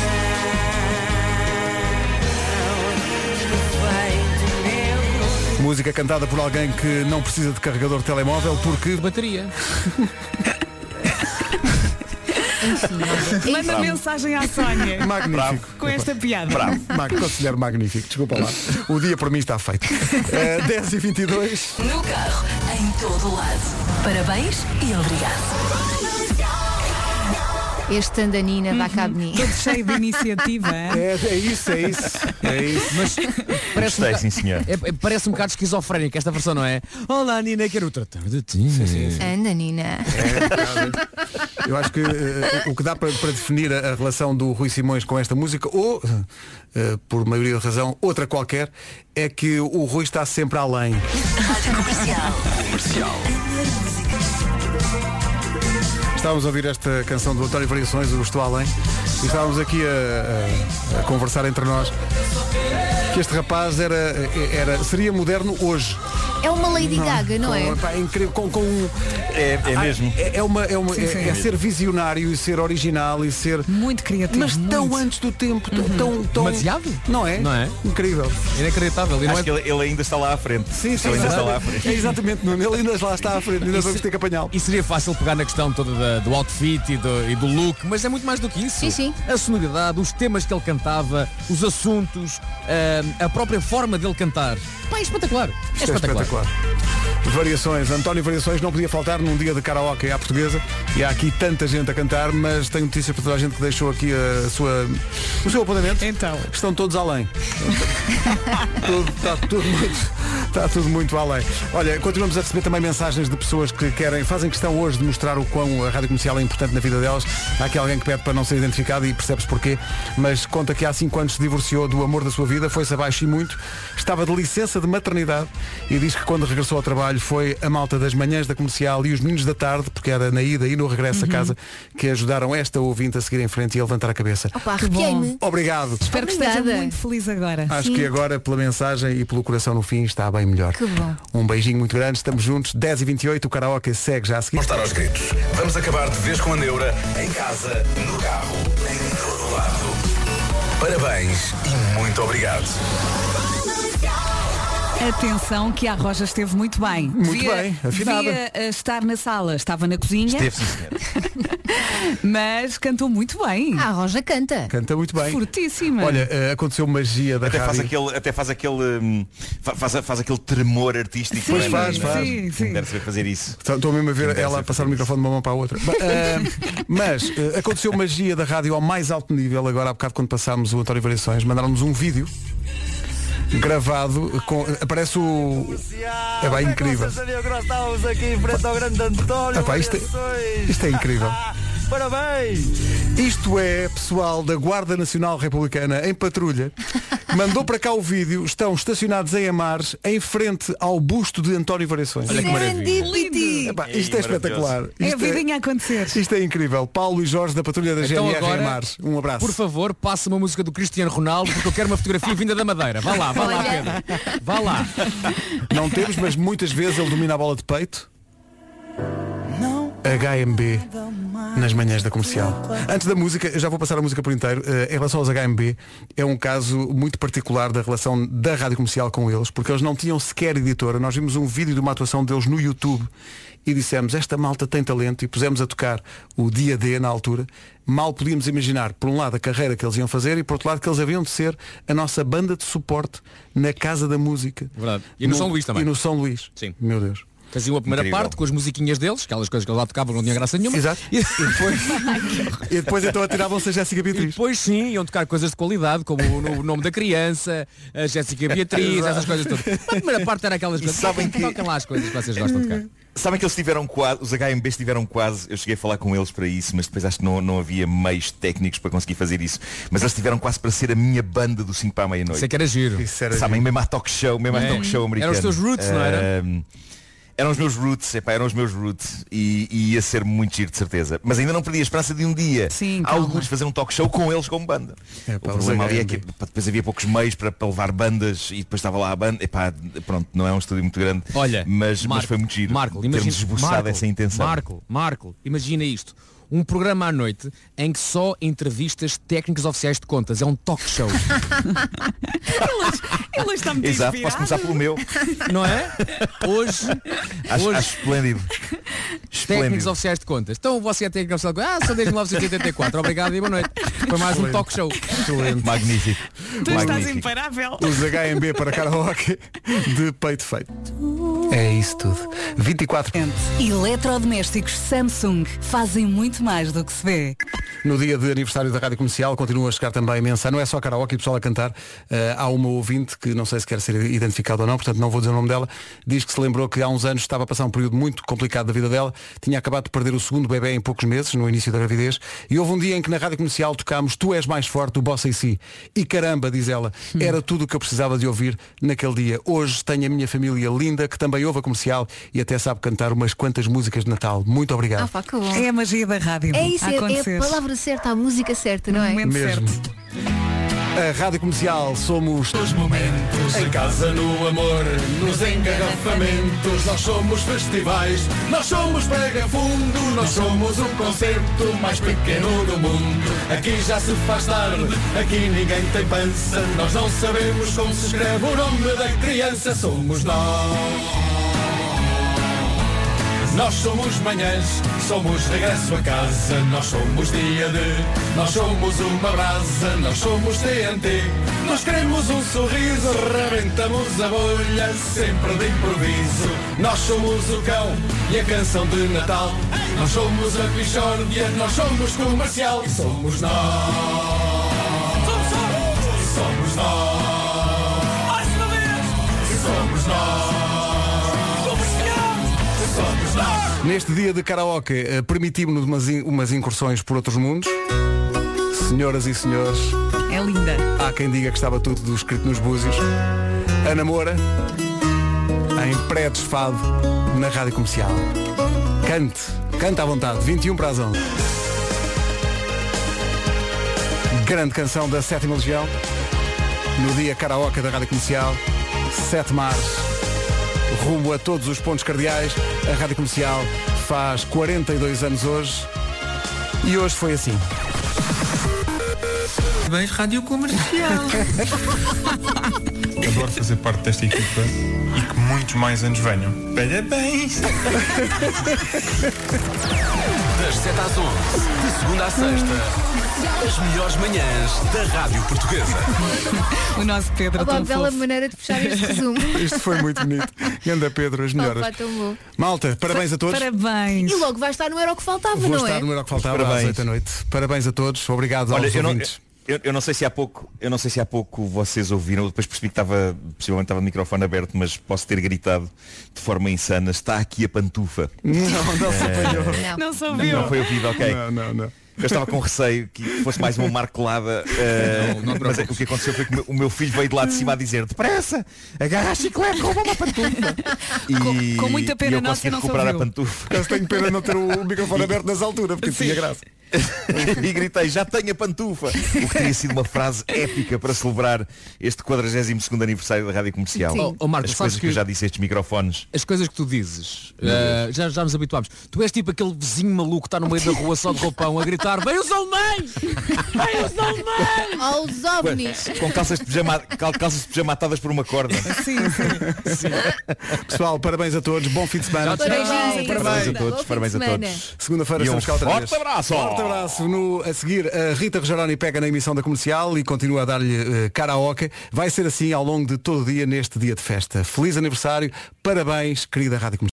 Speaker 2: Música cantada por alguém que não precisa de carregador de telemóvel porque. Bateria.
Speaker 4: Manda
Speaker 2: Bravo.
Speaker 4: mensagem à Sónia.
Speaker 2: Magnífico.
Speaker 4: Com esta piada.
Speaker 2: Bravo. Mag considero magnífico. Desculpa lá. O dia para mim está feito. Eh, 10 e 22
Speaker 12: No carro, em todo lado. Parabéns e obrigado.
Speaker 5: Este andanina dá cabo de mim.
Speaker 4: Todo cheio de iniciativa.
Speaker 2: É, é isso, é isso. É isso.
Speaker 9: Mas parece,
Speaker 11: Gostei, sim, senhor.
Speaker 9: é- é- parece um bocado esquizofrénico esta versão, não é? Olá, Nina, quero tratar de ti.
Speaker 5: Anda, Nina.
Speaker 2: Eu acho que eh, o que dá para, para definir a, a relação do Rui Simões com esta música, ou, eh, por maioria de razão, outra qualquer, é que o Rui está sempre além.
Speaker 12: Rádio Comercial.
Speaker 2: Comercial. Estávamos a ouvir esta canção do António Variações, o Estou Além, e estávamos aqui a, a- a conversar entre nós que este rapaz era, era, seria moderno hoje.
Speaker 5: É uma Lady Gaga, não é?
Speaker 2: Com- pá, incrível, com, com um-
Speaker 11: É, é
Speaker 2: Ah,
Speaker 11: mesmo.
Speaker 2: É, é uma, é, uma-
Speaker 11: Sim,
Speaker 2: é-
Speaker 11: sim.
Speaker 2: é ser visionário e ser original e ser.
Speaker 4: Muito criativo.
Speaker 2: Mas tão antes do tempo, tão, tão, tão- Não é?
Speaker 9: Não é?
Speaker 2: Incrível.
Speaker 9: Inacreditável. E não
Speaker 11: Acho
Speaker 9: é...
Speaker 11: que ele, ele ainda está lá à frente.
Speaker 2: Sim, sim,
Speaker 11: ele ainda
Speaker 2: sim.
Speaker 11: está lá à frente.
Speaker 2: É exatamente, Nuno. Ele ainda lá está à frente, ainda vamos ter que apanhá-lo.
Speaker 9: E seria fácil pegar na questão toda da- do outfit e do, e do look, mas é muito mais do que isso. Sim, sim. A sonoridade, os temas que ele cantava, os assuntos, ahm, a própria forma dele cantar. Pá, é espetacular. É
Speaker 2: Isto é
Speaker 9: espetacular.
Speaker 2: espetacular. Variações, António Variações não podia faltar num dia de karaoke à portuguesa e há aqui tanta gente a cantar, mas tenho notícias para toda a gente que deixou aqui a sua, o seu apontamento. Então. Estão todos além. tá tudo, está tudo muito. Está tudo muito além. Olha, continuamos a receber também mensagens de pessoas que querem, fazem questão hoje de mostrar o quão a rádio comercial é importante na vida delas. Há aqui alguém que pede para não ser identificado e percebes porquê, mas conta que há 5 anos se divorciou do amor da sua vida, foi-se abaixo e muito, estava de licença de maternidade e diz que quando regressou ao trabalho foi a malta das manhãs da comercial e os meninos da tarde, porque era na ida e no regresso a
Speaker 5: Uhum.
Speaker 2: casa, que ajudaram esta ouvinte a seguir em frente e a levantar a cabeça.
Speaker 5: Opa,
Speaker 4: Que bom.
Speaker 5: arrepiei-me.
Speaker 2: Obrigado.
Speaker 4: Espero que
Speaker 5: Obrigada.
Speaker 4: esteja muito feliz agora.
Speaker 2: Acho que agora, pela mensagem e pelo coração no fim, está bem melhor.
Speaker 4: Que bom.
Speaker 2: Um beijinho muito grande, estamos juntos. 10 e 28 o karaoke segue já a seguir.
Speaker 21: Vamos estar aos gritos. Vamos acabar de vez com a neura, em casa, no carro, em todo lado. Parabéns e muito obrigado.
Speaker 4: Atenção que a Roja esteve muito bem.
Speaker 2: é. Muito bem, afinada.
Speaker 4: Devia eh, estar na sala, estava na cozinha. Mas cantou muito bem.
Speaker 5: Ah, A Roja canta.
Speaker 2: Canta muito Ah, bem.
Speaker 4: Fortíssima.
Speaker 2: Olha, eh, aconteceu magia da
Speaker 11: Até
Speaker 2: rádio.
Speaker 11: faz, aquele, até faz aquele hum, fa- faz, faz aquele tremor artístico
Speaker 2: Pois
Speaker 11: não é?
Speaker 2: faz, faz. Sim,
Speaker 11: Não
Speaker 2: sim.
Speaker 11: deve saber fazer isso
Speaker 2: Estou- Estou mesmo a ver
Speaker 11: Deve
Speaker 2: ela a
Speaker 11: ser
Speaker 2: passar o microfone de uma mão para a outra. Ba- eh, mas eh, aconteceu magia da rádio ao mais alto nível agora há bocado quando passámos o António Variações, mandaram-nos um vídeo gravado com. Aparece o. É bem incrível.
Speaker 14: sabia que nós estávamos aqui em frente ao grande António.
Speaker 2: Epá, isto,
Speaker 14: Variações.
Speaker 2: isto é incrível.
Speaker 14: Parabéns!
Speaker 2: Isto é pessoal da Guarda Nacional Republicana em patrulha. Mandou para cá o vídeo, estão estacionados em Amares, em frente ao busto de António Variações.
Speaker 4: Serendipity.
Speaker 2: Epá, isto é espetacular. Isto
Speaker 4: É a vidinha a acontecer.
Speaker 2: Isto é incrível. Paulo e Jorge da Patrulha da
Speaker 9: Então
Speaker 2: GNR
Speaker 9: agora,
Speaker 2: em Amares. Um abraço.
Speaker 9: Por favor, passa uma música do Cristiano Ronaldo porque eu quero uma fotografia vinda da Madeira. Vá lá, vá lá, Pedro. Vá lá.
Speaker 2: Não temos, mas muitas vezes ele domina a bola de peito. HMB nas manhãs da comercial. Antes da música, eu já vou passar a música por inteiro. eh, em relação aos HMB, é um caso muito particular da relação da rádio comercial com eles, porque eles não tinham sequer editora. Nós vimos um vídeo de uma atuação deles no YouTube e dissemos: Esta malta tem talento, e pusemos a tocar o dia D na altura. Mal podíamos imaginar, por um lado, a carreira que eles iam fazer e, por outro lado, que eles haviam de ser a nossa banda de suporte na Casa da Música.
Speaker 9: Verdade. E no São Luís também.
Speaker 2: E no São Luís.
Speaker 9: Sim.
Speaker 2: Meu Deus.
Speaker 9: Faziam a primeira
Speaker 2: Incrível.
Speaker 9: parte com as musiquinhas deles, aquelas coisas que eles lá tocavam, não tinha graça nenhuma.
Speaker 2: Exato.
Speaker 9: E depois,
Speaker 2: e depois então atiravam-se a Jéssica Beatriz.
Speaker 9: E depois sim, iam tocar coisas de qualidade, como o no- o nome da criança, a Jéssica Beatriz,
Speaker 11: Exato.
Speaker 9: essas coisas todas. Mas A primeira parte era aquelas coisas.
Speaker 11: sabem que-
Speaker 9: Toquem lá as coisas que vocês gostam de tocar.
Speaker 11: Sabem que eles tiveram quase, os HMBs tiveram quase, eu cheguei a falar com eles para isso, mas depois acho que não, não havia meios técnicos para conseguir fazer É isso. Mas eles tiveram quase para ser a minha banda do 5 para a meia-noite.
Speaker 9: Isso é que era giro. Isso era
Speaker 11: Sabem,
Speaker 9: giro.
Speaker 11: mesmo a talk show, mesmo
Speaker 9: É.
Speaker 11: a talk show americano.
Speaker 9: Eram os teus roots, não era?
Speaker 11: Ahm, eram os meus roots, epá, eram os meus roots e, e ia ser muito giro de certeza. Mas ainda não perdi a esperança de um dia alguns fazer um talk show com eles como banda.
Speaker 2: pá,
Speaker 11: o problema
Speaker 2: os
Speaker 11: ali é que epá, depois havia poucos meios para, para levar bandas e depois estava lá a banda. Epá, pronto, não é um estúdio muito grande.
Speaker 9: Olha,
Speaker 11: mas, mas
Speaker 9: Marco,
Speaker 11: foi muito giro.
Speaker 9: Marco,
Speaker 11: termos
Speaker 9: imagina,
Speaker 11: esboçado
Speaker 9: Marco,
Speaker 11: essa intenção.
Speaker 9: Marco, Marco, imagina isto. Um programa à noite em que só entrevistas técnicas oficiais de contas. É um talk show.
Speaker 4: Ele está muito
Speaker 11: Exato, posso começar
Speaker 2: um
Speaker 11: pelo meu.
Speaker 9: Não é? Hoje,
Speaker 11: Acho,
Speaker 9: hoje
Speaker 11: acho esplêndido.
Speaker 9: técnicos
Speaker 11: Esplêndido.
Speaker 9: oficiais de contas. Então você é técnico oficial de contas. Ah, sou desde 1984. Obrigado e boa noite. Foi mais um
Speaker 2: Excelente.
Speaker 9: talk show.
Speaker 11: Magnífico.
Speaker 4: Tu estás
Speaker 2: Magnífico.
Speaker 4: imparável.
Speaker 2: Os HMB para karaoke de peito feito. É isso tudo. 24.
Speaker 4: Eletrodomésticos Samsung fazem muito mais do que se vê.
Speaker 2: No dia de aniversário da Rádio Comercial continua a chegar também mensagem. Não é só karaoke e pessoal a cantar. Eh, há uma ouvinte que não sei se quer ser identificada ou não, portanto não vou dizer o nome dela. Diz que se lembrou que há uns anos estava a passar um período muito complicado da vida dela. Tinha acabado de perder o segundo bebê em poucos meses, no início da gravidez. E houve um dia em que na Rádio Comercial tocámos Tu és mais forte do Bossa e Si. E caramba, diz ela, era tudo o que eu precisava de ouvir naquele dia. Hoje tenho a minha família linda que também ouve a comercial e até sabe cantar umas quantas músicas de Natal. Muito obrigado.
Speaker 5: Ah, pá, que bom.
Speaker 4: É a magia da rádio.
Speaker 5: É isso,
Speaker 4: a
Speaker 5: é, é
Speaker 4: acontecer.
Speaker 5: a palavra certa, a música certa, não é?
Speaker 2: Mesmo. A Rádio Comercial somos os momentos em casa no amor, nos engarrafamentos, nós somos festivais, nós somos prega fundo, nós somos o concerto mais pequeno do mundo. Aqui já se faz tarde, aqui ninguém tem pança, nós não sabemos como se escreve o nome da criança, somos nós. Nós somos manhãs, somos regresso a casa, nós somos dia de, nós somos uma brasa, nós somos TNT, nós queremos um sorriso, rebentamos a bolha, sempre de improviso. Nós somos o cão e a canção de Natal, nós somos a Pichórdia, nós somos comercial e somos nós. Somos nós. E somos nós. E
Speaker 12: Somos nós. Somos nós. Somos nós.
Speaker 2: Neste dia de karaoke, eh, permitimos-nos umas, in- umas incursões por outros mundos. Senhoras e senhores,
Speaker 4: É linda.
Speaker 2: há quem diga que estava tudo escrito nos búzios. Ana Moura, em pré-desfado, na Rádio Comercial. Cante, cante à vontade, 21 para as 11. Grande canção da Sétima Legião, no dia karaoke da Rádio Comercial, 7 de março rumo a todos os pontos cardeais. A Rádio Comercial faz 42 anos hoje e hoje foi assim.
Speaker 22: Bem, Rádio Comercial.
Speaker 23: Adoro fazer parte desta equipa e que muitos mais anos venham. Parabéns!
Speaker 21: Das 7 às 11, de segunda à sexta, as melhores manhãs da Rádio Portuguesa.
Speaker 4: O nosso Pedro
Speaker 5: Oh,
Speaker 4: tão
Speaker 5: Bob, bela
Speaker 4: fofo.
Speaker 5: maneira de fechar este resumo.
Speaker 2: Isto foi muito bonito. Ganda Pedro, as melhoras.
Speaker 5: Opa, tão bom.
Speaker 2: Malta, parabéns a todos.
Speaker 4: Parabéns.
Speaker 5: E logo vai estar no Era o que Faltava,
Speaker 2: Vou
Speaker 5: não
Speaker 2: estar
Speaker 5: é?
Speaker 2: no Euro que faltava às
Speaker 11: Parabéns.
Speaker 2: 8 da noite. Parabéns a todos. Obrigado
Speaker 11: Olha,
Speaker 2: aos
Speaker 11: eu não,
Speaker 2: ouvintes.
Speaker 11: eu, eu não sei se há pouco, eu não sei se há pouco vocês ouviram, eu depois percebi que estava, possivelmente estava o microfone aberto, mas posso ter gritado de forma insana, está aqui a pantufa.
Speaker 2: Não, não se apanhou.
Speaker 12: Não. Não se ouviu.
Speaker 11: Não, foi ouvido, ok.
Speaker 2: Não, não, não.
Speaker 11: Eu estava com receio que fosse mais uma marcolada, eh,
Speaker 2: Não, não te
Speaker 11: mas é que o que aconteceu foi que o meu- o meu filho veio de lá de cima a dizer depressa, agarra a chiclete, rouba uma pantufa. E,
Speaker 2: com muita pena
Speaker 11: e eu
Speaker 2: nossa,
Speaker 11: consegui
Speaker 2: não se
Speaker 11: recuperar a
Speaker 2: ouviu.
Speaker 11: pantufa.
Speaker 2: Eu tenho pena de não ter o microfone aberto nas alturas, porque tinha graça.
Speaker 11: e gritei, já tenho a pantufa. O que teria sido uma frase épica para celebrar este 42º aniversário da Rádio Comercial.
Speaker 9: Sim. Oh, oh, Marco,
Speaker 11: As
Speaker 9: sabes
Speaker 11: coisas que...
Speaker 9: que-
Speaker 11: eu já disse a estes microfones.
Speaker 9: As coisas que tu dizes,
Speaker 11: Meu
Speaker 9: eh, já, já nos habituámos. Tu és tipo aquele vizinho maluco que está no meio da rua só de roupão a gritar, vem os alemães! Vem os alemães!
Speaker 5: Aos ovnis!
Speaker 11: Com calças de pijama, cal- calças de pijama atadas por uma corda.
Speaker 4: Sim,
Speaker 2: Pessoal, parabéns a todos. Bom fim de semana.
Speaker 11: Tchau, tchau. Parabéns.
Speaker 2: Parabéns
Speaker 11: Bom fim
Speaker 2: a todos.
Speaker 11: de Parabéns a semana. todos.
Speaker 2: Segunda-feira
Speaker 11: E
Speaker 2: estamos
Speaker 11: um
Speaker 2: cá outra vez.
Speaker 11: forte abraço.
Speaker 2: Forte abraço. No, a seguir, a Rita Rogeroni pega na emissão da comercial e continua a dar-lhe eh, karaoke. Vai ser assim ao longo de todo o dia neste dia de festa. Feliz aniversário. Parabéns, querida Rádio Comercial.